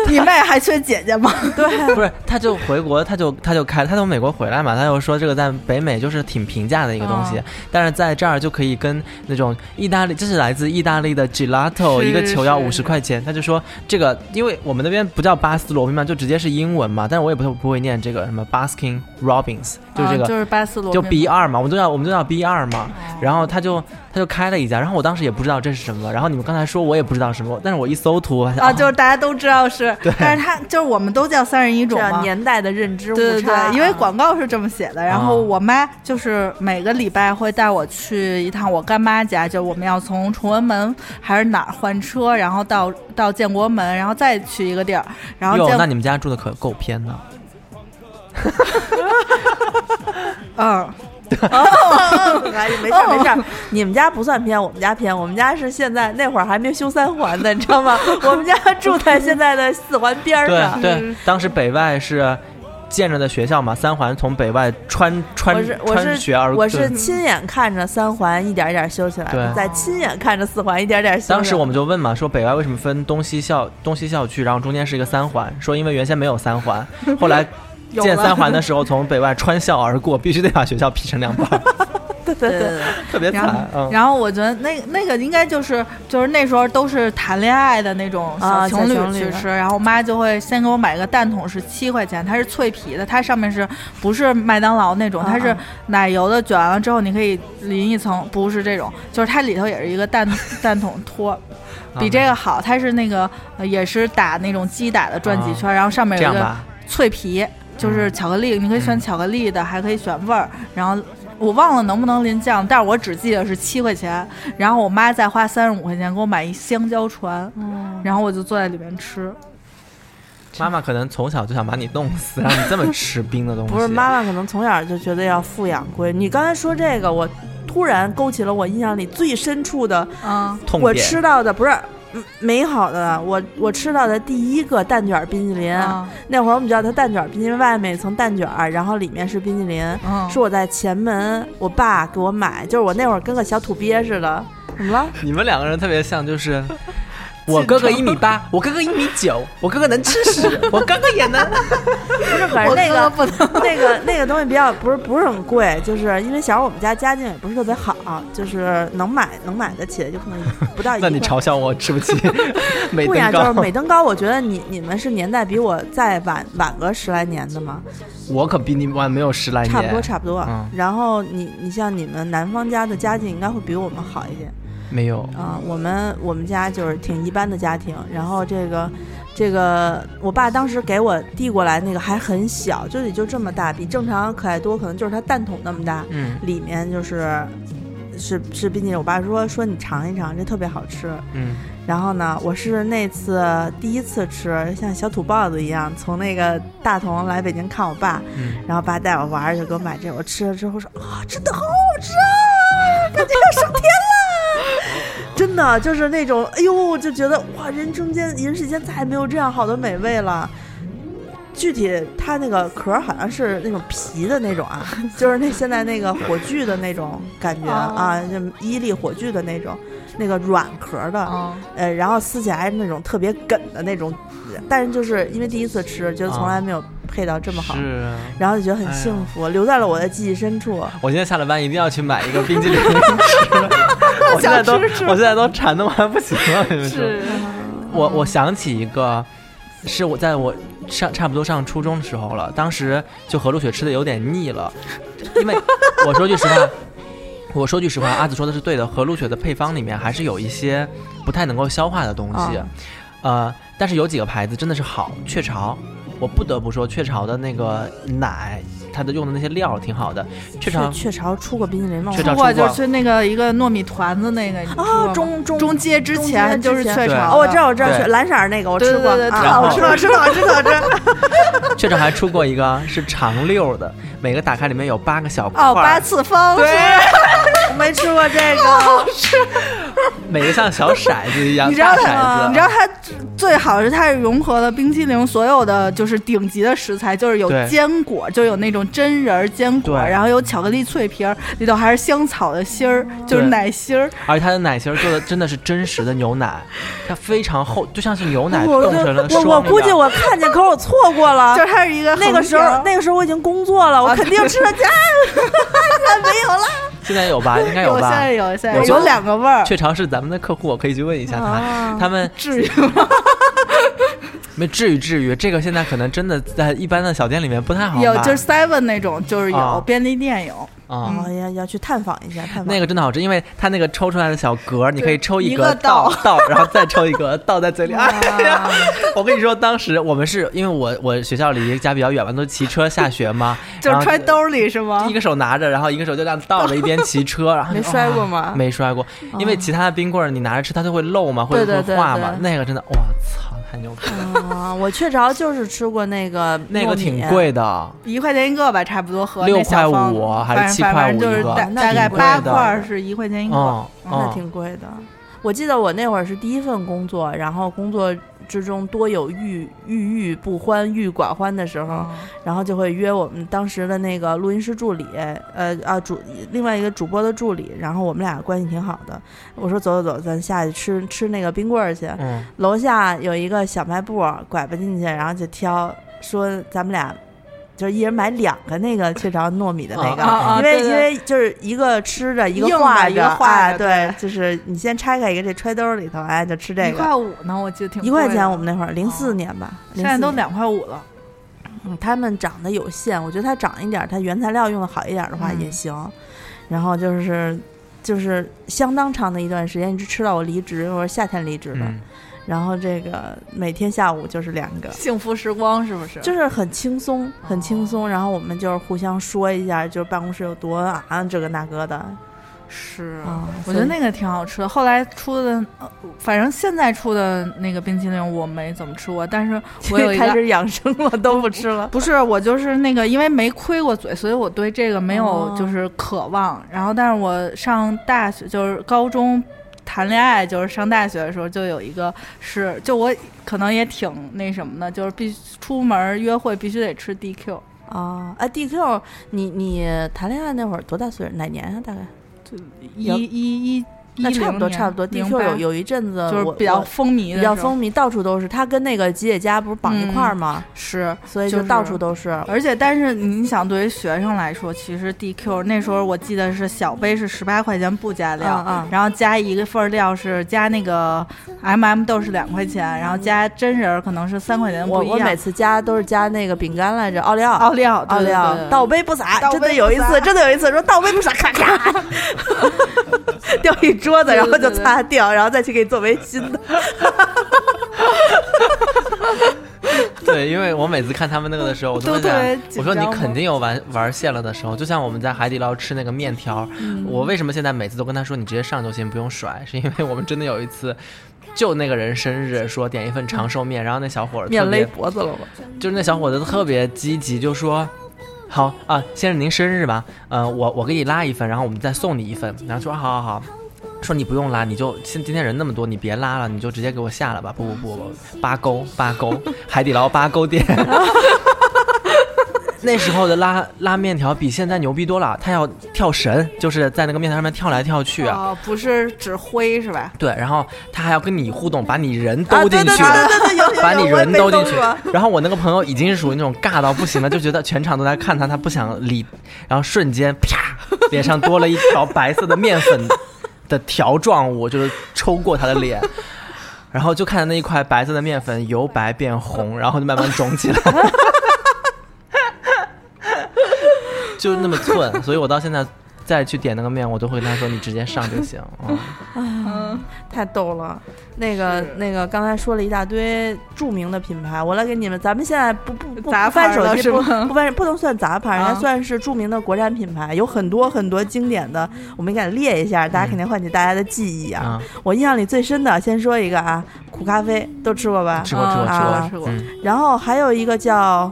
你妹还缺姐姐吗？
不是，她就回国，她就她就开，她从美国回来嘛，她就说这个在北美就是挺平价的一个东西，
啊
但是在这儿就可以跟那种意大利，这是来自意大利的 gelato，
是
一个球要五
是
十块钱，她就说这个，因为我们那边不叫巴斯罗宾嘛，就直接是英文嘛，但是我也不不会念这个什么 Baskin Robbins，就是这个
啊、就是巴斯罗哦
就
宾
B 二嘛，我们都叫我们都叫 B 二嘛。然后他就他就开了一家，然后我当时也不知道这是什么，然后你们刚才说我也不知道什么，但是我一搜图我发现哦
啊，就是大家都知道是
对，
但是它就是我们都叫三十一种嘛。
年代的认知误
对对
差，啊
对，因为广告是这么写的。然
哦
后我妈就是每个礼拜会带我去一趟我干妈家，就是我们要从崇文门还是哪儿换车，然后到到建国门，然后再去一个地儿，然后
哟，
建
那你们家住的可够偏的，
嗯，
哎没事儿没事儿，你们家不算偏，我们家偏，我们家是现在那会儿还没修三环呢，你知道 吗？我们家住在现在的四环边儿
对
上，
对，当时北外是。建着的学校嘛，三环从北外穿穿
我是我
穿
是
学而
我是
对
亲眼看着三环一点一点修起来的，
对
再亲眼看着四环一点点修起来的。
当时我们就问嘛，说北外为什么分东西校东西校区，然后中间是一个三环，说因为原先没有三环，后来
有
建
了
三环的时候从北外穿校而过，必须得把学校劈成两半儿，
对对
对对
对，
对。
特别
然后
惨，。嗯。
然后我觉得那那个应该就是就是那时候都是谈恋爱的那种
啊
小情
小情侣
去吃，然后我妈就会先给我买个蛋筒，是七块钱，它是脆皮的，它上面是不是麦当劳那种，
啊
它是
啊
奶油的，卷完了之后你可以淋一层，不是这种，就是它里头也是一个蛋 蛋筒托，
嗯
比这个好，它是那个呃也是打那种击打的转几圈，然后上
哦
面
嗯这样
有一个
吧，
脆皮，
嗯
就是巧克力，你可以选巧克力的，还可以选味儿。然后我忘了能不能淋酱，但是我只记得是七块钱。然后我妈再花三十五块钱给我买一香蕉船，
哦
然后我就坐在里面吃。
妈妈可能从小就想把你冻死，让你这么吃冰的东西。
不是妈妈可能从小就觉得要富养闺女。你刚才说这个，我突然勾起了我印象里最深处的
嗯，
痛
我
点
吃到的不是嗯美好的，我我吃到的第一个蛋卷冰淇淋。
嗯
那会儿我们叫它蛋卷冰淇淋，外面一层蛋卷儿，然后里面是冰淇淋。
嗯，
是我在前门，我爸给我买，就是我那会儿跟个小土鳖似的。怎么 了？
你们两个人特别像，就是 我哥哥一米八，我哥哥一米九，我哥哥能吃屎， 我哥哥也能。
哎不是，可是
我
那
哥
个
不 能。
那个那个东西比较不是不是很贵，就是因为小时候我们家家境也不是特别好，就是能买能买得起，就可能不到一
那你
块
嘲笑我吃 不起美
不呀，
登
就是
高，
美登高，我觉得你你们是年代比我再晚晚个十来年的嘛，
我可比你晚没有十来年，
差不多差不多。
嗯
然后你你像你们南方家的家境应该会比我们好一点
没有。
啊、我们我们家就是挺一般的家庭，然后这个这个我爸当时给我递过来那个还很小，就也就这么大，比正常可爱多可能就是它蛋筒那么大，
嗯
里面就是是是冰淇淋。我爸说说你尝一尝，这特别好吃。
嗯，
然后呢，我是那次第一次吃，像小土包子一样，从那个大同来北京看我爸，
嗯
然后爸带我玩儿，就给我买这个。我吃了之后说啊、真的好好吃啊，感觉要升天了。真的就是那种，哎呦，就觉得哇，人中间人世间再也没有这样好的美味了。具体它那个壳儿好像是那种皮的那种啊，就是那现在那个火炬的那种感觉
哦
啊，就伊利火炬的那种，那个软壳儿的。
嗯，
呃，然后撕起来那种特别梗的那种，但是就是因为第一次吃，觉得从来没有配到这么好，
啊是哎啊。
然后就觉得很幸福，留在了我的记忆深处。
我今天下了班一定要去买一个冰 激凌吃。我现在都，我现在都馋的我还不行了，你们说。
是
嗯
我我想起一个，是我在我上差不多上初中的时候了，当时就和路雪吃的有点腻了，因为我说句实话， 我说句实话，阿紫说的是对的，和路雪的配方里面还是有一些不太能够消化的东西，
啊
呃，但是有几个牌子真的是好，雀巢。我不得不说，雀巢的那个奶，它的用的那些料挺好的。雀巢
雀雀巢出过冰淇淋吗？
雀巢
不
出
过
过
就是那个一个糯米团子那个你吃过吗
啊，中中
中街之
中街
前就是
之前
雀
对
巢的，
哦，我知道我知道，
对
是蓝色儿那个我吃过，
对对对
啊
然后
我吃过吃过吃过吃过。
雀巢还出过一个啊是长溜的，每个打开里面有八个小块儿，
哦，八次方
对
是吧
我没吃过这个，
每个像小骰子一样，
你知道
大骰
它，
子，啊
你知道它最最好是它是融合了冰淇淋所有的就是顶级的食材，就是有
对
坚果，就有那种真人儿坚果，
对
然后有巧克力脆皮儿，里头还是香草的芯儿，就是
对
奶芯儿。
而且它的奶昔儿做的真的是真实的牛奶，它非常厚，就像是牛奶
我
哎冻成了
就我我
霜一
估计
样。
我看见，可是我错过了。
就是它是一个
那个时
横条
候
儿，
那个时候我已经工作了，我
啊
肯定吃了 家，哎没有了。
现在有吧？应该
有现
吧？
在有现在
我
有
就
有两个味儿，
雀巢是咱们的客户，我可以去问一下他，他们
啊至于吗？
没至于至于这个现在可能真的在一般的小店里面不太好
有
买
就是嗯 Seven 那种，就是有
啊
便利店有
啊。
哦，要要去探访一下，探访
那个真的好吃，因为它那个抽出来的小格儿，你可以抽
一
格
个倒
倒倒，然后再抽一格 倒在嘴里。哎呀， 我跟你说，当时我们是因为我我学校离家比较远嘛，都骑车下学嘛，
就
然
是
后
揣兜里是吗
一？个手拿着，然后一个手就这样倒着，一边骑车，然后就
没摔过吗
哇没摔过，因为其他的冰棍儿你拿着吃，它就会漏嘛，会
对对
会
对
化嘛
对。
那个真的，我操，太牛逼！了，
啊，我雀巢就是吃过那个
那个
糯米啊
挺，贵的，
一块钱一个吧，差不多和
六
那小
块
方
五还是
反
七
反
块
正
五
就是
一个
大
那
大概
挺
八
贵的
块儿是一块钱一个。
嗯
那
嗯，
挺贵的。我记得我那会儿是第一份工作，然后工作之中多有郁郁郁不欢、郁寡欢的时候，
嗯
然后就会约我们当时的那个录音师助理，呃啊主另外一个主播的助理，然后我们俩关系挺好的。我说走走走，咱下去吃吃那个冰棍儿去。
嗯
楼下有一个小卖部，拐吧进去，然后就挑，说咱们俩就是一人买两个那个雀巢糯米的那个，
啊啊
因为
对对
因为就是一个吃着一个
硬的
画着，
一个画
哎
着
对，就是你先拆开一个，这揣兜里头，哎，就吃这
一
个。
块五呢，我记得挺
一块
贵的
钱，我们那会儿零四年吧，
现在
04
都
年、
两块五了。
嗯他们涨得有限，我觉得它涨一点儿，它原材料用的好一点儿的话
嗯
也行。然后就是就是相当长的一段时间，一直吃到我离职，我是夏天离职的。
嗯，
然后这个每天下午就是哦两个，
幸福时光是不是？
就是很轻松，很轻松。然后我们就是互相说一下，就是办公室有多啊，这个那个的
是
啊。
我
所
觉得
以
那个挺好吃的。后来出的，呃反正现在出的那个冰淇淋我没怎么吃过，但是 我有一
开
个。
始养生 了，都不吃了。
不是我就是那个，因为没亏过嘴，所以我对这个没有
哦
就是渴望。然后，但是我上大学就是高中谈恋爱，就是上大学的时候就有一个是，就我可能也挺那什么的，就是必须出门约会必须得吃 DQ，
啊，哎，DQ，你你谈恋爱那会儿多大岁数？哪年啊？大概
就一
有
一一一
那差
零
不多，
年
差不多。
08
DQ 有有一阵子
就是
我
比较
我
风靡的
比较
时候
风靡，到处都是。他跟那个吉野家不是绑一块儿吗？
是，
所以
嗯就
就是到处都是。
而且但是你想，对于学生来说，其实 DQ 那时候我记得是小杯是十八块钱不加料，
嗯嗯
然后加一个份儿料是加那个 MM 豆是两块钱，然后加真人儿可能是三块钱，
我
不一
我每
样。
次加都是加那个饼干来着，奥利奥。
奥利奥，
奥利奥倒
到
杯不洒，
倒
真的
杯
有
不
一次，
洒
真的有一次说倒杯不洒，咔 咔，掉一桌子，
对对
然后就
对对
擦掉，然后再去给你做为新 的。
对，因为我每次看他们那个的时候，我
都
会
特别
想，
紧
我说你
张吗
肯定有玩玩线了的时候，就像我们在海底捞吃那个面条，
嗯
我为什么现在每次都跟他说你直接上就行，不用甩，是因为我们真的有一次。就那个人生日，说点一份长寿面，然后那小伙儿特
面勒
别，
脖子了吧？
就是那小伙子特别积极，就说：“好啊，先生您生日吧，呃，我我给你拉一份，然后我们再送你一份。”然后说：“好好好。”说你不用拉，你就现今天人那么多，你别拉了，你就直接给我下了吧。不不不不，八勾八勾，海底捞八勾店。 那时候的拉拉面条比现在牛逼多了，他要跳绳，就是在那个面条上面跳来跳去啊。
哦，不是指挥是吧？
对，然后他还要跟你互动，把你人
啊，
兜进去。
对对对对对，有 有有
把你
我也
人
被
兜进
兜
去
住啊了。
然后我那个朋友已经是属于那种尬到不行了，就觉得全场都在看他，他不想理。然后瞬间啪，脸上多了一条白色的面粉的条状物，就是抽过他的脸。然后就看着那一块白色的面粉由白变红，然后就慢慢肿起来， 就那么寸。所以我到现在再去点那个面，我都会跟他说：“你直接上就行。嗯
太逗了。那个那个，刚才说了一大堆著名的品牌，我来给你们，咱们现在不不不不
杂牌
翻
了
手机，
是
不
吗
不翻，不能算杂牌，人家
啊
算是著名的国产品牌，有很多很多经典的，我们给它列一下，大
嗯
家肯定唤起大家的记忆啊。
啊，
我印象里最深的，先说一个啊，苦咖啡都吃过吧？
吃过吃过吃
啊
过
吃过
嗯
然后还有一个叫，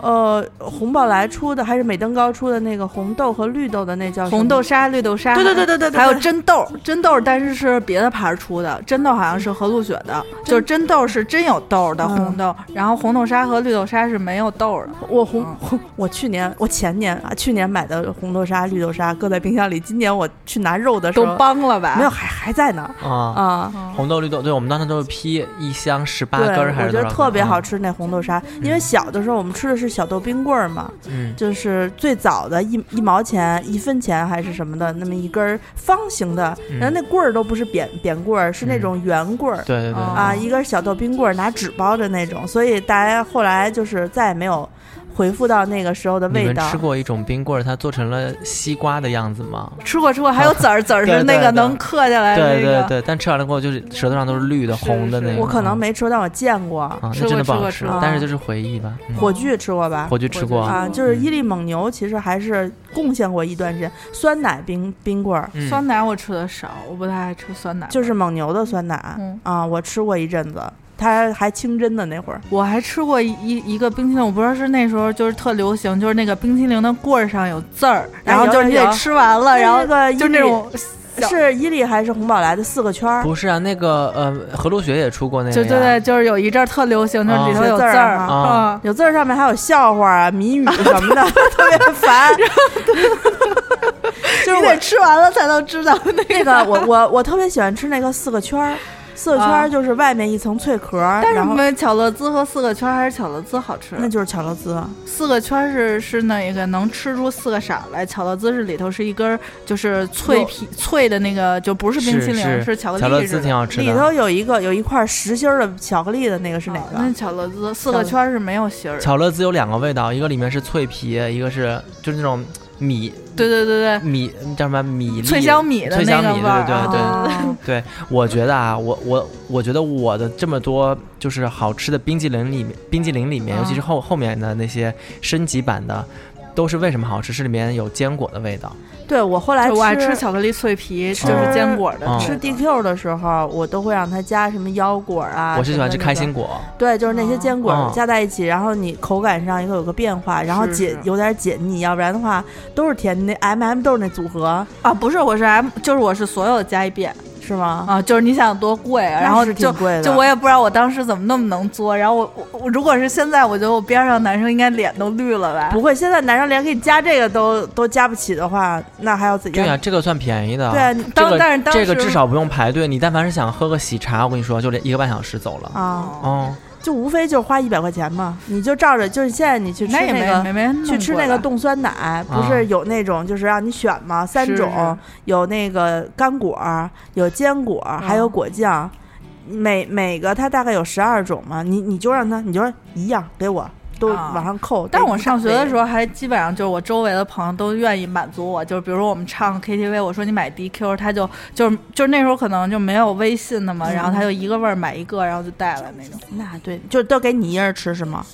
呃，红宝来出的还是美登高出的那个红豆和绿豆的那啊叫什么
红豆沙、绿豆沙，
对对对对对对
还有真豆，真豆但是是别的牌儿出的，真豆好像是和路雪的，就是真豆是真有豆的
嗯
红豆，然后红豆沙和绿豆沙是没有豆的。
我红
嗯
红，我去年我前年啊，去年买的红豆沙、绿豆沙搁在冰箱里，今年我去拿肉的时
都
候，
帮了吧？
没有，还还在呢
啊
啊。
红豆绿豆，对我们当时都是批一箱十八
对，
根儿还啊嗯
我
是
觉
多
得
少
特别
根
好。吃那红豆沙，因为小的时候我们吃的是小豆冰棍儿嘛，
嗯，
就是最早的一一毛钱、一分钱还是什么的，那么一根儿方形的，
嗯
然后那棍儿都不是扁扁棍儿，是那
嗯
种圆棍儿、
对对对，
啊，
哦
一根小豆冰棍儿拿纸包着那种，所以大家后来就是再也没有回复到那个时候的
你
味
们
道
吃。过一种冰棍儿，它做成了西瓜的样子吗？
吃过吃过，还有籽儿，籽儿
对
是
对
那个
对
能刻下
哎
来的
对
那
对
个。
对，但吃完了过后就是舌头上都是绿的、
是
红的
是
那个。
我可能
嗯
没吃过，但我见过
啊，
吃
那真的不
过吃
好
过
吃
吃过，
但是就是回忆吧。嗯
火炬吃过吧？
火炬嗯吃过，
啊，就是伊利蒙牛，其实还是贡献过一段时间。酸奶冰冰棍儿，
嗯
酸奶我吃的少，我不太爱吃酸奶。
就是蒙牛的酸奶
嗯
啊，我吃过一阵子，它还清真的那会儿。
我还吃过一一一个冰淇淋，我不知道是那时候就是特流行，就是那个冰淇淋的棍儿上有字儿，然后就是你
有有
得
有
啊吃完了，然后
那个伊
就那
利
种小
是伊利还是红宝来的四个圈儿？
不是啊，那个呃，何路雪也出过那个
就
呀，
对对，就是有一阵儿特流行，就是里头有字
写字
儿嗯
儿
啊
有字儿上面还有笑话啊、谜语什么的， 特别烦。就是
你
我
得吃完了才能知道那
那个，我我我特别喜欢吃那个四个圈儿，四个圈
啊
儿就是外面一层脆壳儿，
但是
然
我
后
们巧乐兹和四个圈儿还是巧乐兹好吃。
那就是巧乐兹。
四个圈儿是是那个能吃出四个色儿来，巧乐兹是里头是一根儿就是脆皮脆的那个，就不是冰淇淋，
是
是巧
巧
克
乐
力
兹
似
挺
的。
好吃
里
的。
头有一个有一块实心儿的巧克力的那个是哪个？
哦那巧乐兹四个圈儿是没有芯儿的。
巧乐兹有两个味道，一个里面是脆皮，一个是就是那种米
对对对
米叫什么米粒
对，脆香米的
脆
那
香
个
米，
味儿
对对
啊。
对。
哦
我觉得啊，我我我觉得我的这么多就是好吃的冰激凌里面，冰激凌里面，
啊
尤其是后后面的那些升级版的，都是为什么好吃？是里面有坚果的味道。
对我后来
就我爱吃
吃
巧克力脆皮，
吃
就是坚果的
嗯。
吃 DQ 的时候，我都会让它加什么腰果啊，
我是喜欢吃
什么
开
那个
心果，
对，就是那些坚
哦
果加在一起，然后你口感上一个有个变化，然后
是
解
是
有点解腻，要不然的话都是甜的。那 M、m 都是那组合
啊，不是，我是 M，就是我是所有的加一遍
是吗？
啊，就是你想多贵啊，
那
然后
是
就
挺贵的，
就我也不知道我当时怎么那么能作，然后我我我如果是现在，我觉得我边上男生应该脸都绿了吧？
不会。现在男生连给你加这个都都加不起的话，那还要怎
对呀、啊
样？
这个算便宜的。
对啊，你
当
这个
但是当时
这个至少不用排队，你但凡是想喝个喜茶，我跟你说，就连一个半小时走了。
啊，
哦，
就无非就是花一百块钱嘛，你就照着，就是现在你去吃
那也没
个
没没人
去吃那个冻酸奶，不
啊
是有那种就是让你选吗？三
是
种，
是
有那个干果儿，有坚果儿，还有
嗯
果酱。每每个它大概有十二种嘛，你你就让它，你就说一样给我，都
啊
往上扣。
但我上学的时
候，
候还基本上就是我周围的朋友都愿意满足我，就是比如说我们唱 KTV，我说你买 DQ，他就就是就是那时候可能就没有微信的嘛，
嗯
然后他就一个味儿买一个，然后就带来那种。
那对，就都给你一人吃是吗？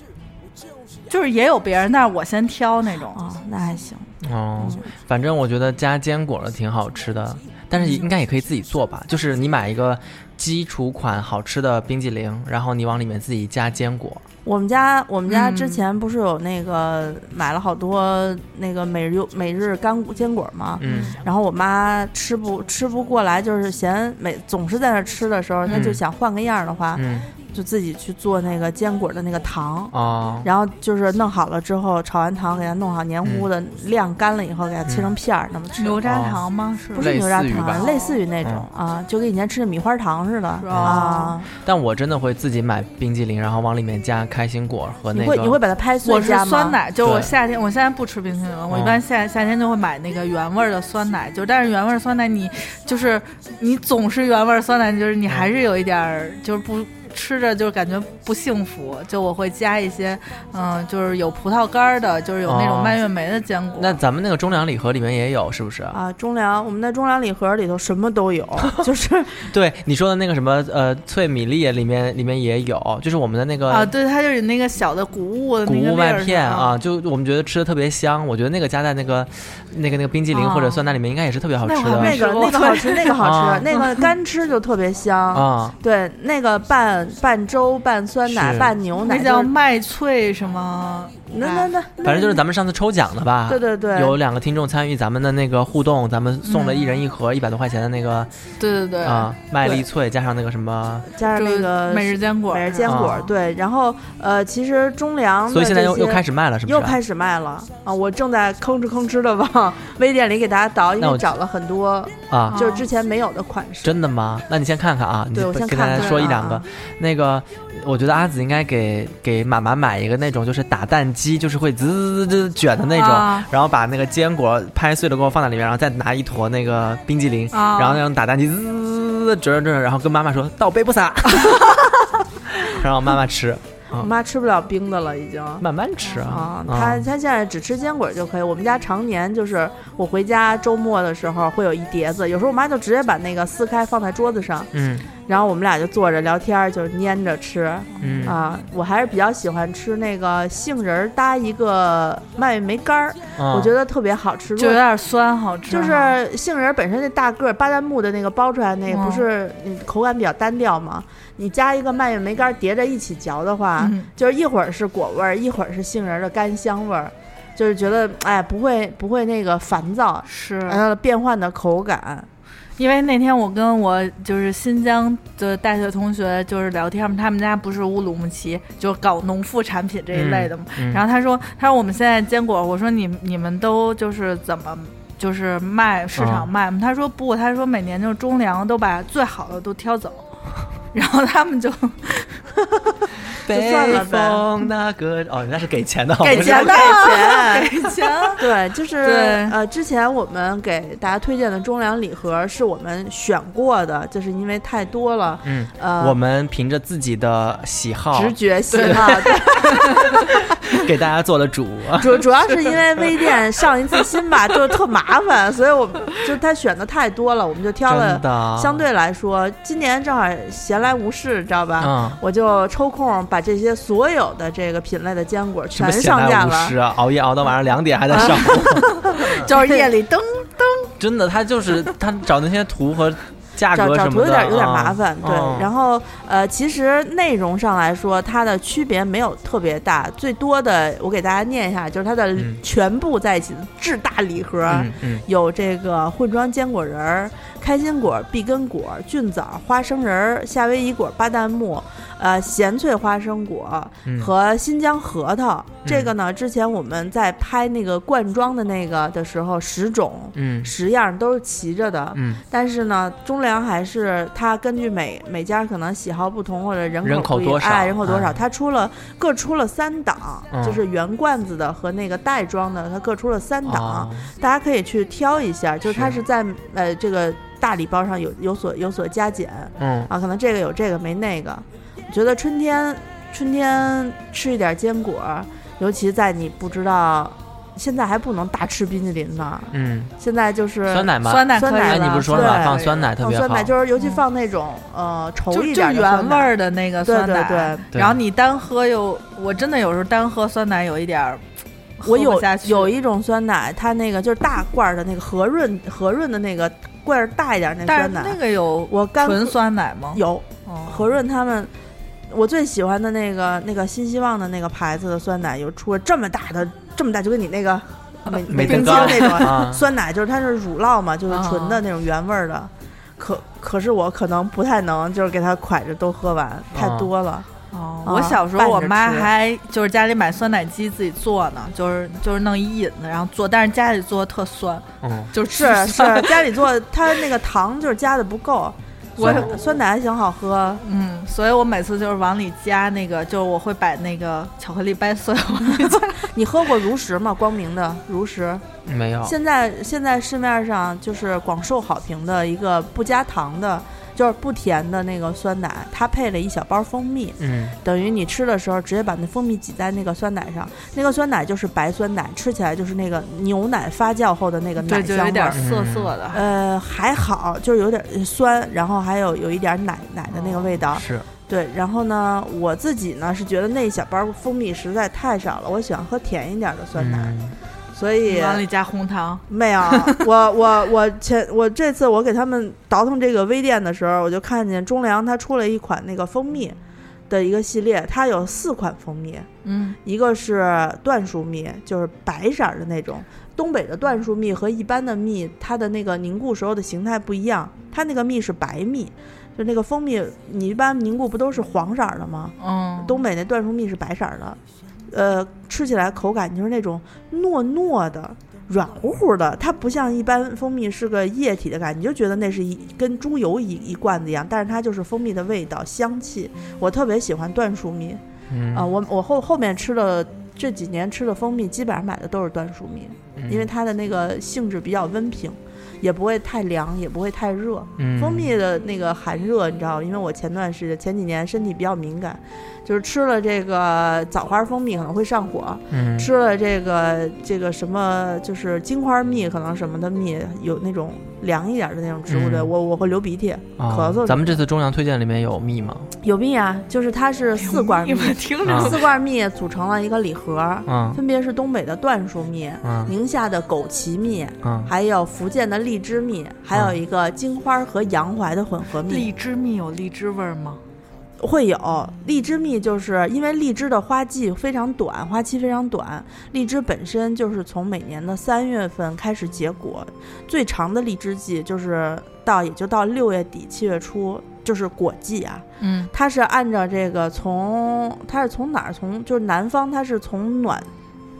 就是也有别人，但是我先挑那种。
哦，那还行。
哦，反正我觉得加坚果的挺好吃的，但是也应该也可以自己做吧。就是你买一个基础款好吃的冰激凌，然后你往里面自己加坚果。
我们家我们家之
嗯
前不是有那个买了好多那个每日每日干果坚果吗？
嗯，
然后我妈吃不吃不过来，就是嫌每总是在那吃的时候，她就
嗯
想换个样儿的话，
嗯
就自己去做那个坚果的那个糖，
哦，
然后就是弄好了之后，炒完糖给它弄好，黏糊糊的晾干了以后，给它切成片儿那么吃。
牛轧糖吗？是
不是牛轧
类似于
糖
吧嗯
啊，类似于那种啊，就跟以前吃的米花糖似的
是
啊。
但我真的会自己买冰激凌，然后往里面加开心果和
你
啊那
会你会
个。
把它拍
我
碎
是
加吗？
酸奶，就是我
对
夏天，我现在不吃冰淇淋了。我一
嗯
般夏夏天就会买那个原味儿的酸奶，就但是原味儿酸奶你就是你总是原味儿酸奶，就是你还
嗯
是有一点儿就是不吃着就是感觉不幸福。就我会加一些，嗯、就是有葡萄干儿的，就是有那种
哦
蔓越莓的坚果。
那咱们那个中粮礼盒里面也有，是不是？
啊，中粮，我们的中粮礼盒里头什么都有，就是
对你说的那个什么呃脆米粒里面里面也有，就是我们的那
啊，
个
对，它就是那个小的谷物的
谷
那个
物
粒儿
麦片
上
啊，就我们觉得吃的特别香。我觉得那个加在那个那个那个冰激凌
啊
或者酸奶里面，应该也是特别好吃
那我还
那
的
没
个那个好吃，那个好
啊
吃，那个干吃就特别香。
啊。
对，那个拌拌粥、拌酸奶、
是
拌牛奶，
那叫
就是
麦脆什么？
那那那，
反正就是咱们上次抽奖的吧，
对对对
啊有两个听众参与咱们的那个互动，咱们送了一人一盒一百多块钱的那个
对对对
啊麦粒脆，加上那个什么，
加上
就
那
是
个
每日坚果，
每日坚
啊
果，对，然后呃，其实中粮，
所以现在又又开。始卖了，是不
又
是？
开始卖了啊！我正在吭哧吭哧的往微店里给大家倒，因
那我
为找了很多
啊，
就是之前没有的款式。
真的吗？那你先看看啊，你
哦对我
不
先
跟大
看
家
看
说一
啊
两个
啊。
那个，我觉得阿紫应该给给妈妈买一个那种，就是打蛋机，就是会滋滋滋滋卷的那种，
啊
然后把那个坚果拍碎了给我放在里面，然后再拿一坨那个冰激凌，
啊
然后那种打蛋机滋滋滋滋卷卷卷，然后跟妈妈说倒杯 不洒，然后妈妈吃，
我妈吃不了冰的了，已经。
慢慢吃啊
啊，。
啊
他他现在只吃坚果就可以。我们家常年就是我回家周末的时候会有一碟子，有时候我妈就直接把那个撕开放在桌子上，
嗯
然后我们俩就坐着聊天儿，就是粘着吃
嗯
啊。我还是比较喜欢吃那个杏仁儿搭一个蔓越莓干儿，我觉
得
得特别好吃。如
就
果
有点酸，好吃啊哈。
就是杏仁儿本身那大个儿巴旦木的那个剥出来那个，
嗯
不是嗯口感比较单调嘛？你加一个蔓越莓干儿叠着一起嚼的话，
嗯
就是一会儿是果味儿，一会儿是杏仁儿的甘香味儿，就是觉得哎不会不会那个烦躁，
是
呃变换的口感，
因为那天我跟我就是新疆的大学同学就是聊天嘛，他们家不是乌鲁木齐就搞农副产品这一类的嘛，
嗯
然后他说他说我们现在坚果，我说你你们都就是怎么？就是卖市场卖嘛，他说不，他说每年就是中粮都把最好的都挑走， 然后他们就
就算了呗
北风那个哦，人家是给钱的，
给钱的，
给
给钱，
对，就是
对
呃，之前我们给大家推荐的中粮礼盒是我们选过的，就是因为太多了，
嗯，
呃，
我们凭着自己的喜好
直
哦
觉啊喜好， 对
给大家做了主。
主主要是因为微店上一次新吧，就是特麻烦，所以我们就他选的太多了，我们就挑了
真的啊
相对来说，今年正好闲来无事，知道吧？
嗯
我就抽空把这些所有的这个品类的坚果
什么
全
闲
上
来
架
无
了
事，啊，熬夜熬到晚上两点还在上网，
就是夜 里噔
真的，他就是他找那些图和价
找
格
找
什
图有
么的，
点有点
啊
麻烦，对。
嗯
然后呃，其实内容上来说，它的区别没有特别大，最多的我给大家念一下，就是它的
嗯
全部在一起的至大礼盒。
嗯嗯
有这个混装坚果仁儿、开心果、碧根果、菌枣、花生仁儿、夏威夷果、巴旦木、呃咸脆花生果
嗯
和新疆核桃。
嗯
这个呢，之前我们在拍那个罐装的那个的时候，十种
嗯
十样都是齐着的。
嗯，
但是呢，中粮还是它根据每每家可能喜好不同或者人口
人口
不一
多少
哎人口多少，
哎
它出了各出了三档，
嗯
就是原罐子的和那个袋装的，它各出了三档，
哦
大家可以去挑一下，就是它
是
是在呃这个大礼包上有有所有所加减
嗯
啊，可能这个有这个没那个。我觉得春天春天吃一点坚果，尤其在你不知道现在还不能大吃冰淇淋呢，
嗯，
现在就是
酸奶吗？
酸奶啊
酸
可以
奶
哎，
了，
了
你不是说了
对
吗？放酸奶特
放
别
哦酸
好
奶，，就是尤其
嗯
放那种呃稠
就
一
就
点的酸
原味
奶，
儿的那个
对
酸
对
奶，
对。
对
然后你单喝又，我真的有时候单喝酸奶有一点儿喝
我
不
有
下去，
有一种酸奶，它那个就是大罐儿的那个和润和润的那个罐儿大一点儿那
但是
酸奶，
那个有
我干
纯
喝
酸奶吗？
有
哦
和润他们，我最喜欢的那个那个新希望的那个牌子的酸奶，有出了这么大的，这么大，就跟你那个美
啊美
冰
登
激
高
那种
啊，
酸奶，就是它是乳酪嘛，就是纯的
啊
那种原味儿的。可可是我可能不太能，就是给它蒯着都喝完，太
啊
多了。
哦，
啊
我小时
拌
候
着
我妈
吃
还就是家里买酸奶机自己做呢，就是就是弄一引子然后做，但是家里做的特酸，
嗯，
就是
是是，家里做它那个糖就是加的不够，
我
酸酸奶还行好喝，
嗯，所以我每次就是往里加那个，就是我会把那个巧克力掰碎往里 加，
你喝过如实吗？光明的如实，
没
啊
有，
现在现在市面上就是广受好评的一个不加糖的，就是不甜的那个酸奶，它配了一小包蜂蜜，
嗯
等于你吃的时候直接把那蜂蜜挤在那个酸奶上，那个酸奶就是白酸奶，吃起来就是那个牛奶发酵后的那个
对，
奶
就
香
有
味
点
儿。
涩涩的。
呃，还好，就是有点酸，然后还有有一点奶奶的
哦
那个味道，
是，
对，然后呢，我自己呢是觉得那一小包蜂蜜实在太少了，我喜欢喝甜一点的酸奶，
嗯
所以
往里加红糖，
没 有。我我我前我这次我给他们倒腾这个微店的时候，我就看见中粮它出了一款那个蜂蜜的一个系列，它有四款蜂蜜，
嗯，
一个是椴树蜜，就是白色儿的那种。东北的椴树蜜和一般的蜜，它的那个凝固时候的形态不一样，它那个蜜是白蜜，就那个蜂蜜，你一般凝固不都是黄色儿的吗？
嗯，
东北那椴树蜜是白色儿的，呃，吃起来口感就是那种糯糯的、软乎乎的，它不像一般蜂蜜是个液体的感觉，你就觉得那是一跟猪油一一罐子一样，但是它就是蜂蜜的味道、香气。我特别喜欢椴树蜜
嗯
啊、我我后后面吃的这几年吃的蜂蜜，基本上买的都是椴树蜜，
嗯
因为它的那个性质比较温平，也不会太凉，也不会太热。
嗯
蜂蜜的那个寒热，你知道，因为我前段时间前几年身体比较敏感，就是吃了这个枣花蜂蜜可能会上火，
嗯
吃了这个这个什么就是金花蜜可能什么的蜜，有那种凉一点的那种植物的，
嗯
我我会流鼻涕，咳
啊
嗽
咱们这次中粮推荐里面有蜜吗？
有蜜啊，就是它是四罐
哎
蜜，
听
啊
四罐蜜组成了一个礼盒，
嗯
分别是东北的椴树蜜、
嗯
宁夏的枸杞蜜。
嗯，
还有福建的荔枝蜜，还有一个金花和洋槐的混合蜜。
荔枝蜜有荔枝味儿吗？
会有荔枝蜜，就是因为荔枝的花季非常短，花期非常短。荔枝本身就是从每年的三月份开始结果，最长的荔枝季就是到也就到六月底七月初，就是果季啊。
嗯
它是按照这个从它是从哪儿从就是南方，它是从暖，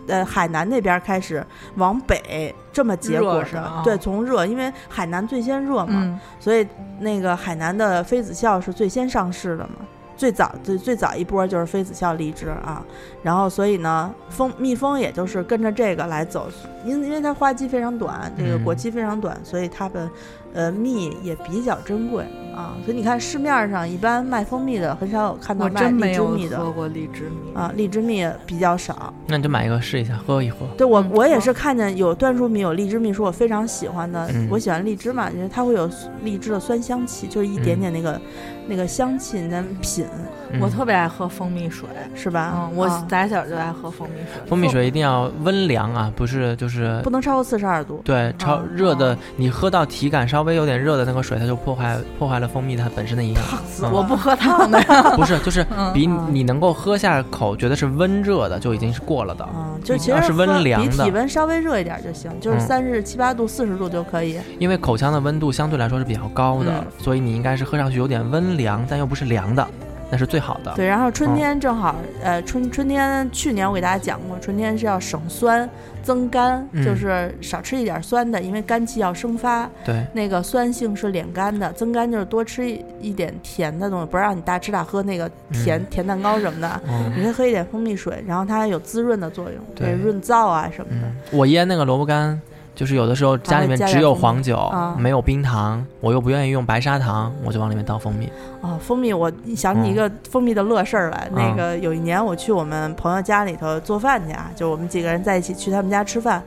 呃海南那边儿开始往北这么结果
热是
的，
吧哦
对，从热，因为海南最先热嘛，
嗯
所以那个海南的妃子笑是最先上市的嘛，最早最最早一波就是妃子笑荔枝啊，然后所以呢，蜂蜜蜂也就是跟着这个来走，因因为它花期非常短，这个
嗯
果期非常短，所以它们呃蜜也比较珍贵啊，所以你看市面上一般卖蜂蜜的很少有看到
我
卖
真
荔
没
枝
有
蜜的
喝过荔枝蜜，
啊，荔枝蜜比较少。
那你就买一个试一下，喝一喝。
对我
嗯
我也
好
是看见有椴树蜜有荔枝蜜，是我非常喜欢的。
嗯
我喜欢荔枝嘛，因为它会有荔枝的酸香气，就是一点
嗯
点那个、那个香气，你再品
嗯
我特别爱喝蜂蜜水。
是吧？
嗯，我
啊
打小就爱喝蜂蜜水。
蜂蜜水一定要温凉啊，不是就是
不能超过四十二度。
啊
对超
哦
热的，你喝到体感稍微有点热的那个水，它就破坏破坏了蜂蜜它本身的营 养。嗯
我不喝烫 的，
不是，就是
嗯
比
嗯
你能够喝下口，觉得是温热的，就已经是过了的。
嗯，就
嗯
其
要
实
是温
喝
凉
比
的
体温稍微热一点就行，就是
嗯啊
三十七八度、四十度就可以。
因为口腔的温度相对来说是比较高
嗯
的，所以你应该是喝上去有点温凉，但又不是凉的，那是最好的。
对，然后春
嗯
天正好，呃，春春天去年我给大家讲过，春天是要省酸增甘，就
嗯
是少吃一点酸的，因为肝气要生发。
对
那个酸性是敛肝的，增肝就是多吃一一点甜的东西，不是让你大吃大喝那个甜、甜蛋糕什么的，
嗯
你可以喝一点蜂蜜水，然后它有滋润的作用，
对
润燥啊什么的
嗯。，我腌那个萝卜干，就是有的时候家里面只有黄酒，
啊还会加点蜂蜜啊
没有冰糖，我又不愿意用白砂糖，我就往里面倒蜂蜜。
哦，蜂蜜，我想
嗯
起一个蜂蜜的乐事儿来。那个有一年我去我们朋友家里头做饭去啊，就我们几个人在一起去他们家吃饭。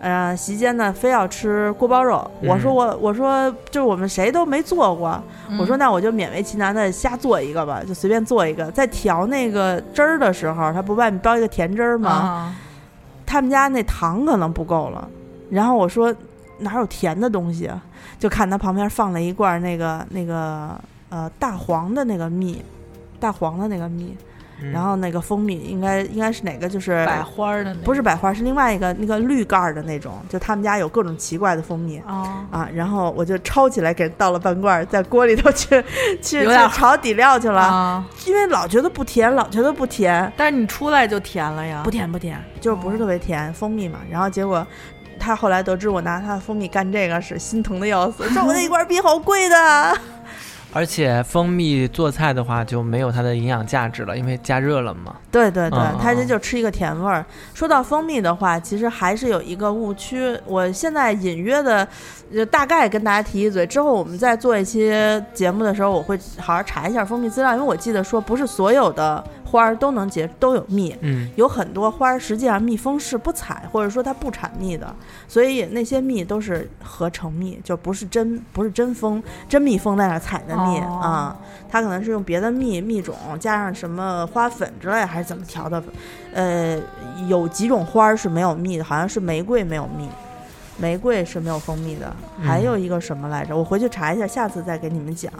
呃，席间呢非要吃锅包肉，
嗯
我说我我说就是我们谁都没做过，我说
那
那我就勉为其难的瞎做一个吧，就随便做一个。在调那个汁儿的时候，他不外面包一个甜汁儿吗？
嘛，
他们家那糖可能不够了，然后我说哪有甜的东西啊？就看他旁边放了一罐那个那个呃大黄的那个蜜，大黄的那个蜜，
嗯
然后那个蜂蜜应该应该是哪个就是
百花儿的那
不
是
是百花是另外一个那个绿盖儿的那种，就他们家有各种奇怪的蜂蜜。
啊，
啊，然后我就抄起来给人倒了半罐儿，在锅里头去去
有
去
点儿
炒底料去了，
啊，
因为老觉得不甜，老觉得不甜，
但是你出来就甜了呀
不，甜不甜，就是不是特别甜，蜂蜜嘛。然后结果他后来得知我拿他的蜂蜜干这个是心疼的要死，说我那一罐冰好贵的，
而且蜂蜜做菜的话就没有它的营养价值了，因为加热了嘛。
对对对
嗯，
他这
嗯
就吃一个甜味儿。说到蜂蜜的话，其实还是有一个误区，我现在隐约的就大概跟大家提一嘴。之后我们再做一期节目的时候，我会好好查一下蜂蜜资料，因为我记得说不是所有的花儿都能结都有蜜。
嗯，
有很多花儿，实际上蜜蜂是不采，或者说它不产蜜的，所以那些蜜都是合成蜜，就不是真不是真蜂，真蜜蜂在那儿采的蜜啊、
哦
它可能是用别的蜜蜜种加上什么花粉之类，还是怎么调的？呃，有几种花儿是没有蜜的，好像是玫瑰没有蜜，玫瑰是没有蜂蜜的，
嗯
还有一个什么来着？我回去查一下，下次再给你们讲。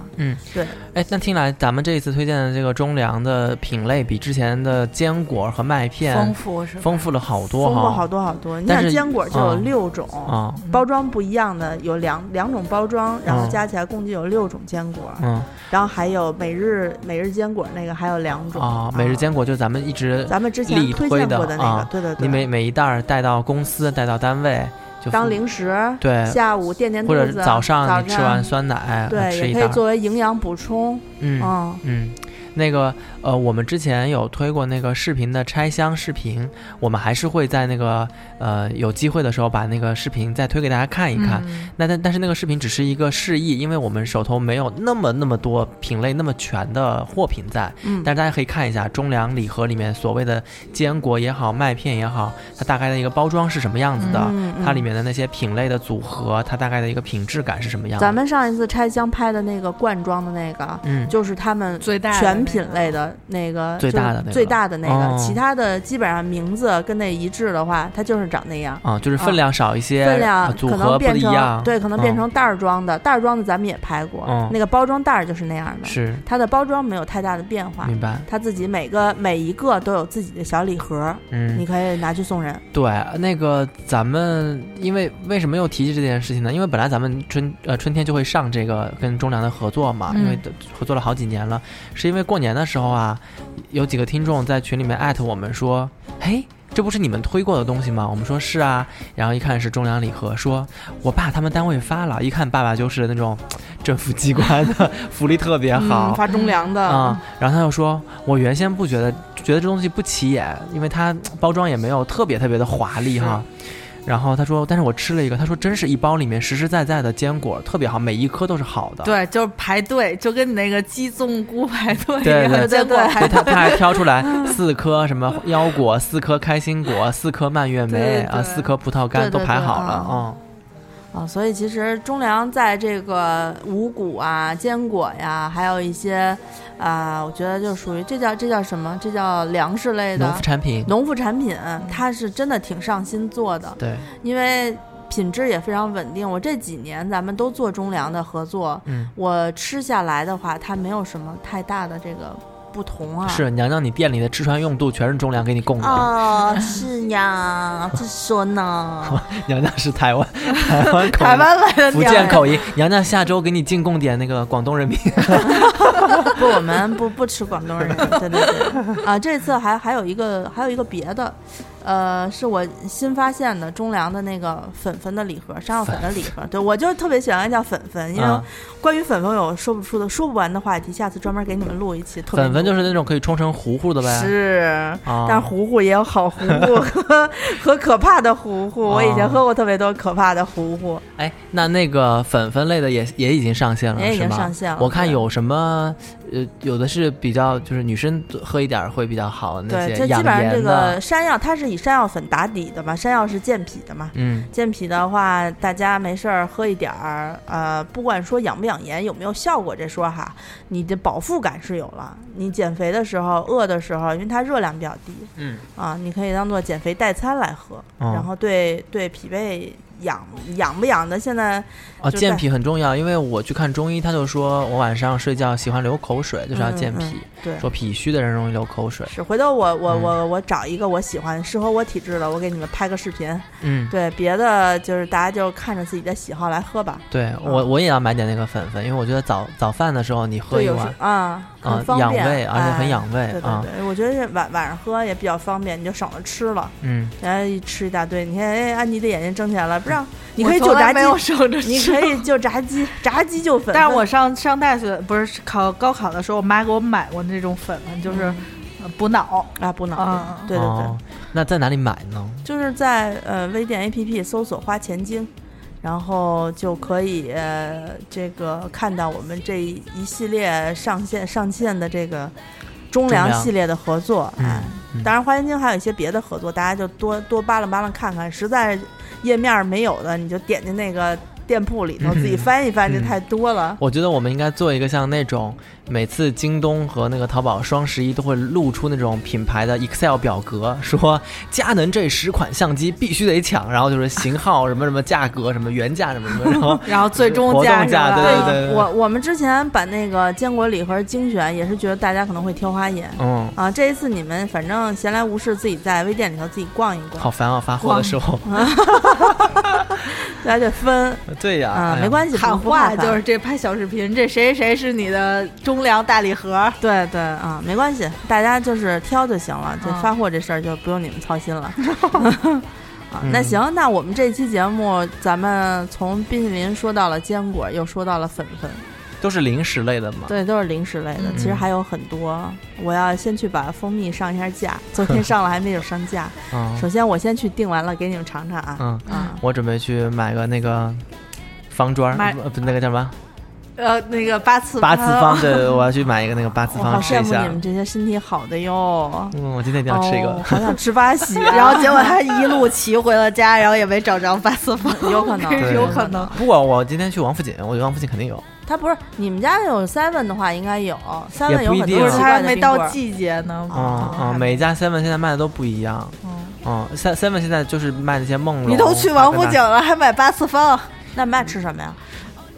哎，那听来咱们这一次推荐的这个中粮的品类比之前的坚果和麦片
丰富是吧
丰富了好多
蜂蜜
哈、
好多好多，你
但
想
是
坚果就有
嗯
六种
啊，
包装不一样的有两两种包装，然后
嗯
加起来共计有六种坚果，
嗯
然后还有每日每日坚果那个还有两种
啊，每日
啊
坚果就是咱们一直
咱们之前
力
推
推
荐
的
过那个，
啊
对对对，
你每每一袋儿带到公司，带到单位，就
当
附
零食，
对，
下午垫垫肚
哎或者
子，
早上你吃完
上
酸奶，呃
对
吃
也
一
可
袋
以
儿，
作为营养补充，
嗯
嗯
嗯。那个呃，我们之前有推过那个视频的拆箱视频，我们还是会在那个呃有机会的时候把那个视频再推给大家看一看。
嗯
那但但是那个视频只是一个示意，因为我们手头没有那么那么多品类那么全的货品在，
嗯，
但是大家可以看一下中粮礼盒里面所谓的坚果也好，麦片也好，它大概的一个包装是什么样子的，
嗯
它里。面的那些品类的组合，它大概的一个品质感是什么样
嗯
的。
咱们上一次拆箱拍的那个罐装的那个，
嗯，
就是他们
最大的
全甜品类的那个
最大
就
的
是
那个
最大的那个，
哦
其他的基本上名字跟那一致的话，它就是长那样。
啊，就是分量少一些，
分
啊
量
组
可
合
能
不
变
一样，
成对，可能变
嗯
成袋儿装的，袋儿装的咱们也拍过
嗯，
那个包装袋儿就是那样的，
是
它的包装没有太大的变化，
明白，
它自己每个每一个都有自己的小礼盒，
嗯，
你可以拿去送人。
对，那个咱们因为为什么又提及这件事情呢？因为本来咱们春呃春天就会上这个跟中粮的合作嘛，
嗯
因为都合作了好几年了，是因为过年的时候啊，有几个听众在群里面艾特我们说，嘿。这不是你们推过的东西吗？我们说是啊，然后一看是中粮礼盒，说我爸他们单位发了，一看爸爸就是那种政府机关的 福利特别好，
嗯、发中粮的，
啊、然后他又说，我原先不觉得，觉得这东西不起眼，因为它包装也没有特别特别的华丽哈。然后他说，但是我吃了一个，他说真是一包里面实实在在的坚果，特别好，每一颗都是好的。
对，就是排队，就跟你那个鸡枞菇排队一
对
样，
对
就结
对
果
对。
排
他他还挑出来四颗什么腰果，四颗开心果，四颗蔓越莓
对
啊，
对
四颗葡萄干
对
都
对
排
对
好
啊
了，嗯，
啊，所以其实中粮在这个五谷啊、坚果呀，还有一些啊、我觉得就属于这叫这叫什么？这叫粮食类的
农副产品，
农副产品，它是真的挺上心做的，
对，
因为品质也非常稳定。我这几年咱们都做中粮的合作，
嗯，
我吃下来的话，它没有什么太大的这个不同啊。
是娘娘，你店里的吃穿用度全是中粮给你供的，
哦，是呀，这说 呢，
娘娘是台湾台湾口
台
音
湾来 的
福
娘
建口音，娘娘下周给你进贡点那个广东人 民。
不，我们不不吃广东 人，对对对，啊，这次还还有一个还有一个别的，呃，是我新发现的中粮的那个粉粉的礼盒，山药粉的礼盒，对我就特别喜欢叫粉粉，因为
啊
关于粉粉有说不出的说不完的话题，下次专门给你们录一期，特别
粉粉
牛
就是那种可以冲成糊糊的呗。
是
啊，
但糊糊也有好糊糊 和和可怕的糊糊，
哦
我以前喝过特别多可怕的糊糊，
哎，那那个粉粉类的也也已经上线了，
也已
是
经
吗
上线了
我看
对
有什么，呃，有的是比较就是女生喝一点儿会比较好，那
对，
些
这
养
基本上这
颜
个
的，
山药它是以山药粉打底的嘛，山药是健脾的嘛。
嗯，
健脾的话，大家没事儿喝一点儿，呃，不管说养不养颜，有没有效果这说哈，你的饱腹感是有了。你减肥的时候、饿的时候，因为它热量比较低，
嗯
啊，你可以当做减肥代餐来喝，
哦
然后对对脾胃养养不养的，现在
啊，
就
健
在
脾很重要，因为我去看中医，他就说我晚上睡觉喜欢流口水，就是要
嗯
健
嗯
脾，
对
说脾虚的人容易流口水，
是。回头我我
嗯
我我找一个我喜欢适合我体质的，我给你们拍个视频。
嗯。
对，别的就是大家就看着自己的喜好来喝吧。
对我，我也要买点那个粉粉，因为我觉得早早饭的时候你喝
对，
一
有时
碗，
啊，
啊
很，方
养
便，
胃，而且
哎
很养胃
对对
啊，
对，我觉得是晚晚上喝也比较方便，你就省了吃了，
嗯，
然后一吃一大堆。你看，哎，安妮的眼睛睁起来了，不让你
我
可以
从
就
来
炸
没有
鸡，
省着
你
吃
可以就炸鸡，炸鸡就粉。
但是我上上大学不是考高考的时候，我妈给我买过那种粉粉，就是
嗯
呃补脑。
啊不能，
啊
对对对
哦，那在哪里买呢？
就是在呃微店 APP 搜索“花钱精”，然后就可以、呃、这个看到我们这一一系列上线上线的这个中
中
粮
粮
系列的合作。哎，
嗯
当然花钱精还有一些别的合作，大家就多多扒拉扒拉看看，实在页面没有的，你就点进那个店铺里头自己翻一翻，就
嗯
太多了。
我觉得我们应该做一个像那种每次京东和那个淘宝双十一都会露出那种品牌的 Excel 表格，说佳能这十款相机必须得抢，然后就是型号什么什么价格什么原价什么什么，然 后
然后最终
活
价
动
是
价
吧？
对对对对
我我们之前把那个坚果礼盒精选，也是觉得大家可能会挑花眼。
嗯，
啊，这一次你们反正闲来无事，自己在微店里头自己逛一逛，
好烦啊！发货的时候，
大家就分
对呀，
啊
哎，呀
没关系，
喊
不怕
话
烦
就是这拍小视频，这谁谁谁是你的中粮大礼盒？
对对啊，没关系，大家就是挑就行了，这
嗯
发货这事儿就不用你们操心 了。啊，
嗯
那行，那我们这期节目，咱们从冰淇淋说到了坚果，又说到了粉粉，
都是零食类的嘛。
对，都是零食类的。
嗯
其实还有很多，我要先去把蜂蜜上一下架，昨天上了还没有上 架。
嗯
首先我先去订完了，给你们尝尝啊。
嗯，
啊，
我准备去买个那个方砖儿，
买
不不那个叫什么
呃，那个八 次
八次方，对对，对我要去买一个那个八次
我好
方吃
羡
一
慕
下
你们。这些身体好的哟。
嗯，我今天一定要吃一
哦
个。
好想吃八喜 啊，
然后 结果他一路骑回了家，然后也没找着八次方，
有可能
对
有可能。
不管我今天去王府井，我觉得王府井肯定有。
他不是你们家有 seven 的话，应该有 seven 有
不一
很
定
多
啊
不
奇
是
怪
他
的
没
冰棍
到
儿。
季节呢
嗯
哦
嗯，每一家 seven 现在卖的都不一样。嗯，seven seven 现在就是卖那些梦龙。
哦
啊
你都去王府井
哈
了，还买八次方？
那你们家吃什么呀？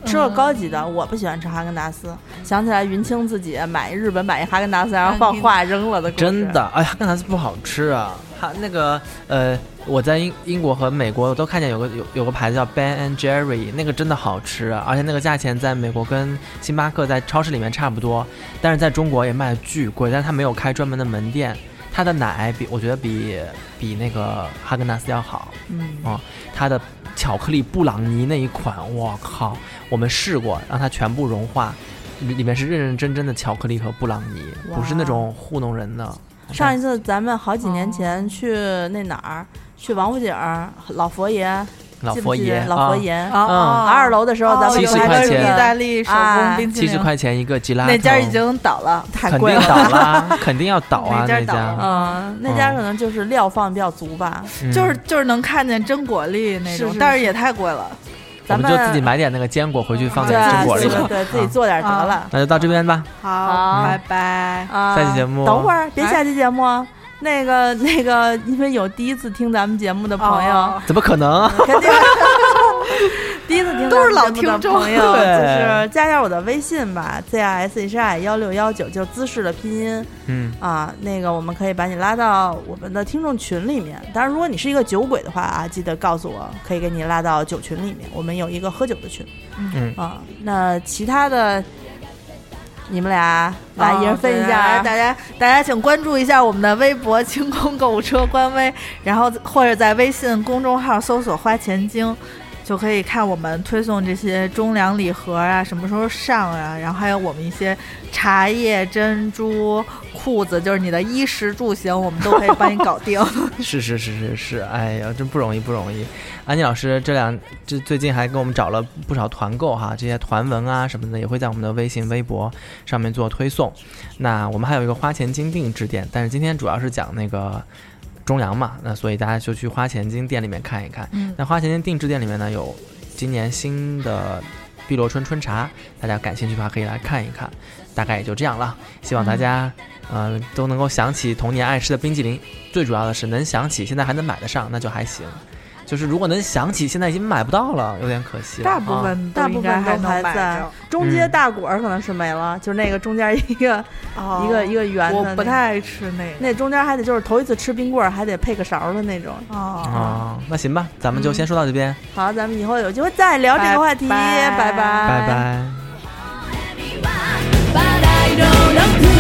吃个高级的，我不喜欢吃哈根达斯。想起来云清自己买日本买一哈根达斯，然后放化扔了的故
根
事，
达斯真的，哎呀，哈根达斯不好吃啊。哈，那个呃，我在英英国和美国都看见有个有有个牌子叫 Ben and Jerry，那个真的好吃啊，而且那个价钱在美国跟星巴克在超市里面差不多，但是在中国也卖的巨贵，但是它没有开专门的门店。它的奶比我觉得比比那个哈根达斯要好，啊
嗯，
它的巧克力布朗尼那一款，我靠，我们试过让它全部融化，里里面是认认真真的巧克力和布朗尼，
哇
不是那种糊弄人的。
上一次咱们好几
哦
年前去那哪儿，去王府井儿老佛爷，
老
记不
佛
记
爷，啊
得老佛爷，
哦
二楼的时候咱们
哦
就
有70
还
块
吃
钱
意
了
大利手工冰淇
七
淋，
十块钱一个吉拉，
那家已经倒了，太
肯
贵
定
了。
倒啦， 肯定要倒啊
那家
那
倒了
家，
嗯，那家可能就是料放比较足吧。
嗯
就是就是能看见真果粒那
是
种
是，
但是也太贵了。
我
咱
们
们
就自己买点那个坚果回去放
对
在中果里
对对
了。
对，自己
啊
做点得了。
那就到这边吧，嗯
好
拜拜。
啊，
下期节目
等会儿别下期节目啊，那个 那个，因为有第一次听咱们节目的朋友
哦，
怎么可能？
肯定 第一次听咱们
都是老
节目的
听众
朋友，就
对
是加一下我的微信吧，z i s h i 幺六幺九，就是姿势的拼音。
嗯，
啊，那个我们可以把你拉到我们的听众群里面。当然，如果你是一个酒鬼的话啊，记得告诉我，可以给你拉到酒群里面。我们有一个喝酒的群。
嗯
啊，那其他的，你们俩来
哦
一人分一下
对
啊。
大家大家请关注一下我们的微博“清空购物车”官微，然后或者在微信公众号搜索“花钱精”，就可以看我们推送这些中粮礼盒啊，什么时候上啊，然后还有我们一些茶叶、珍珠、裤子，就是你的衣食住行，我们都可以帮你搞定。
是啊是是是是，哎呀，真不容易不容易。安妮老师这两这最近还给我们找了不少团购哈，这些团文啊什么的也会在我们的微信、微博上面做推送。那我们还有一个花钱精定之店，但是今天主要是讲那个中粮嘛，那所以大家就去花钱精店里面看一看。
嗯
那花钱精定制店里面呢有今年新的碧螺春春茶，大家感兴趣的话可以来看一看。大概也就这样了，希望大家、呃都能够想起童年爱吃的冰激凌，最主要的是能想起，现在还能买得上，那就还行。就是如果能想起，现在已经买不到了，有点可惜了。
大部
啊、
分都
大部
应该
分
还
都
能
还
买
在
着，
中间大果儿可能是没了，就是那个中间一个、一个一
个
个圆的、
我不太。爱吃那个。
那中间还得就是头一次吃冰棍儿，还得配个勺儿的那种。
哦，
啊，那行吧，咱们
嗯
就先说到这边，
好，咱们以后有机会再聊这个话题，
拜拜
拜
拜拜。
But I don't know who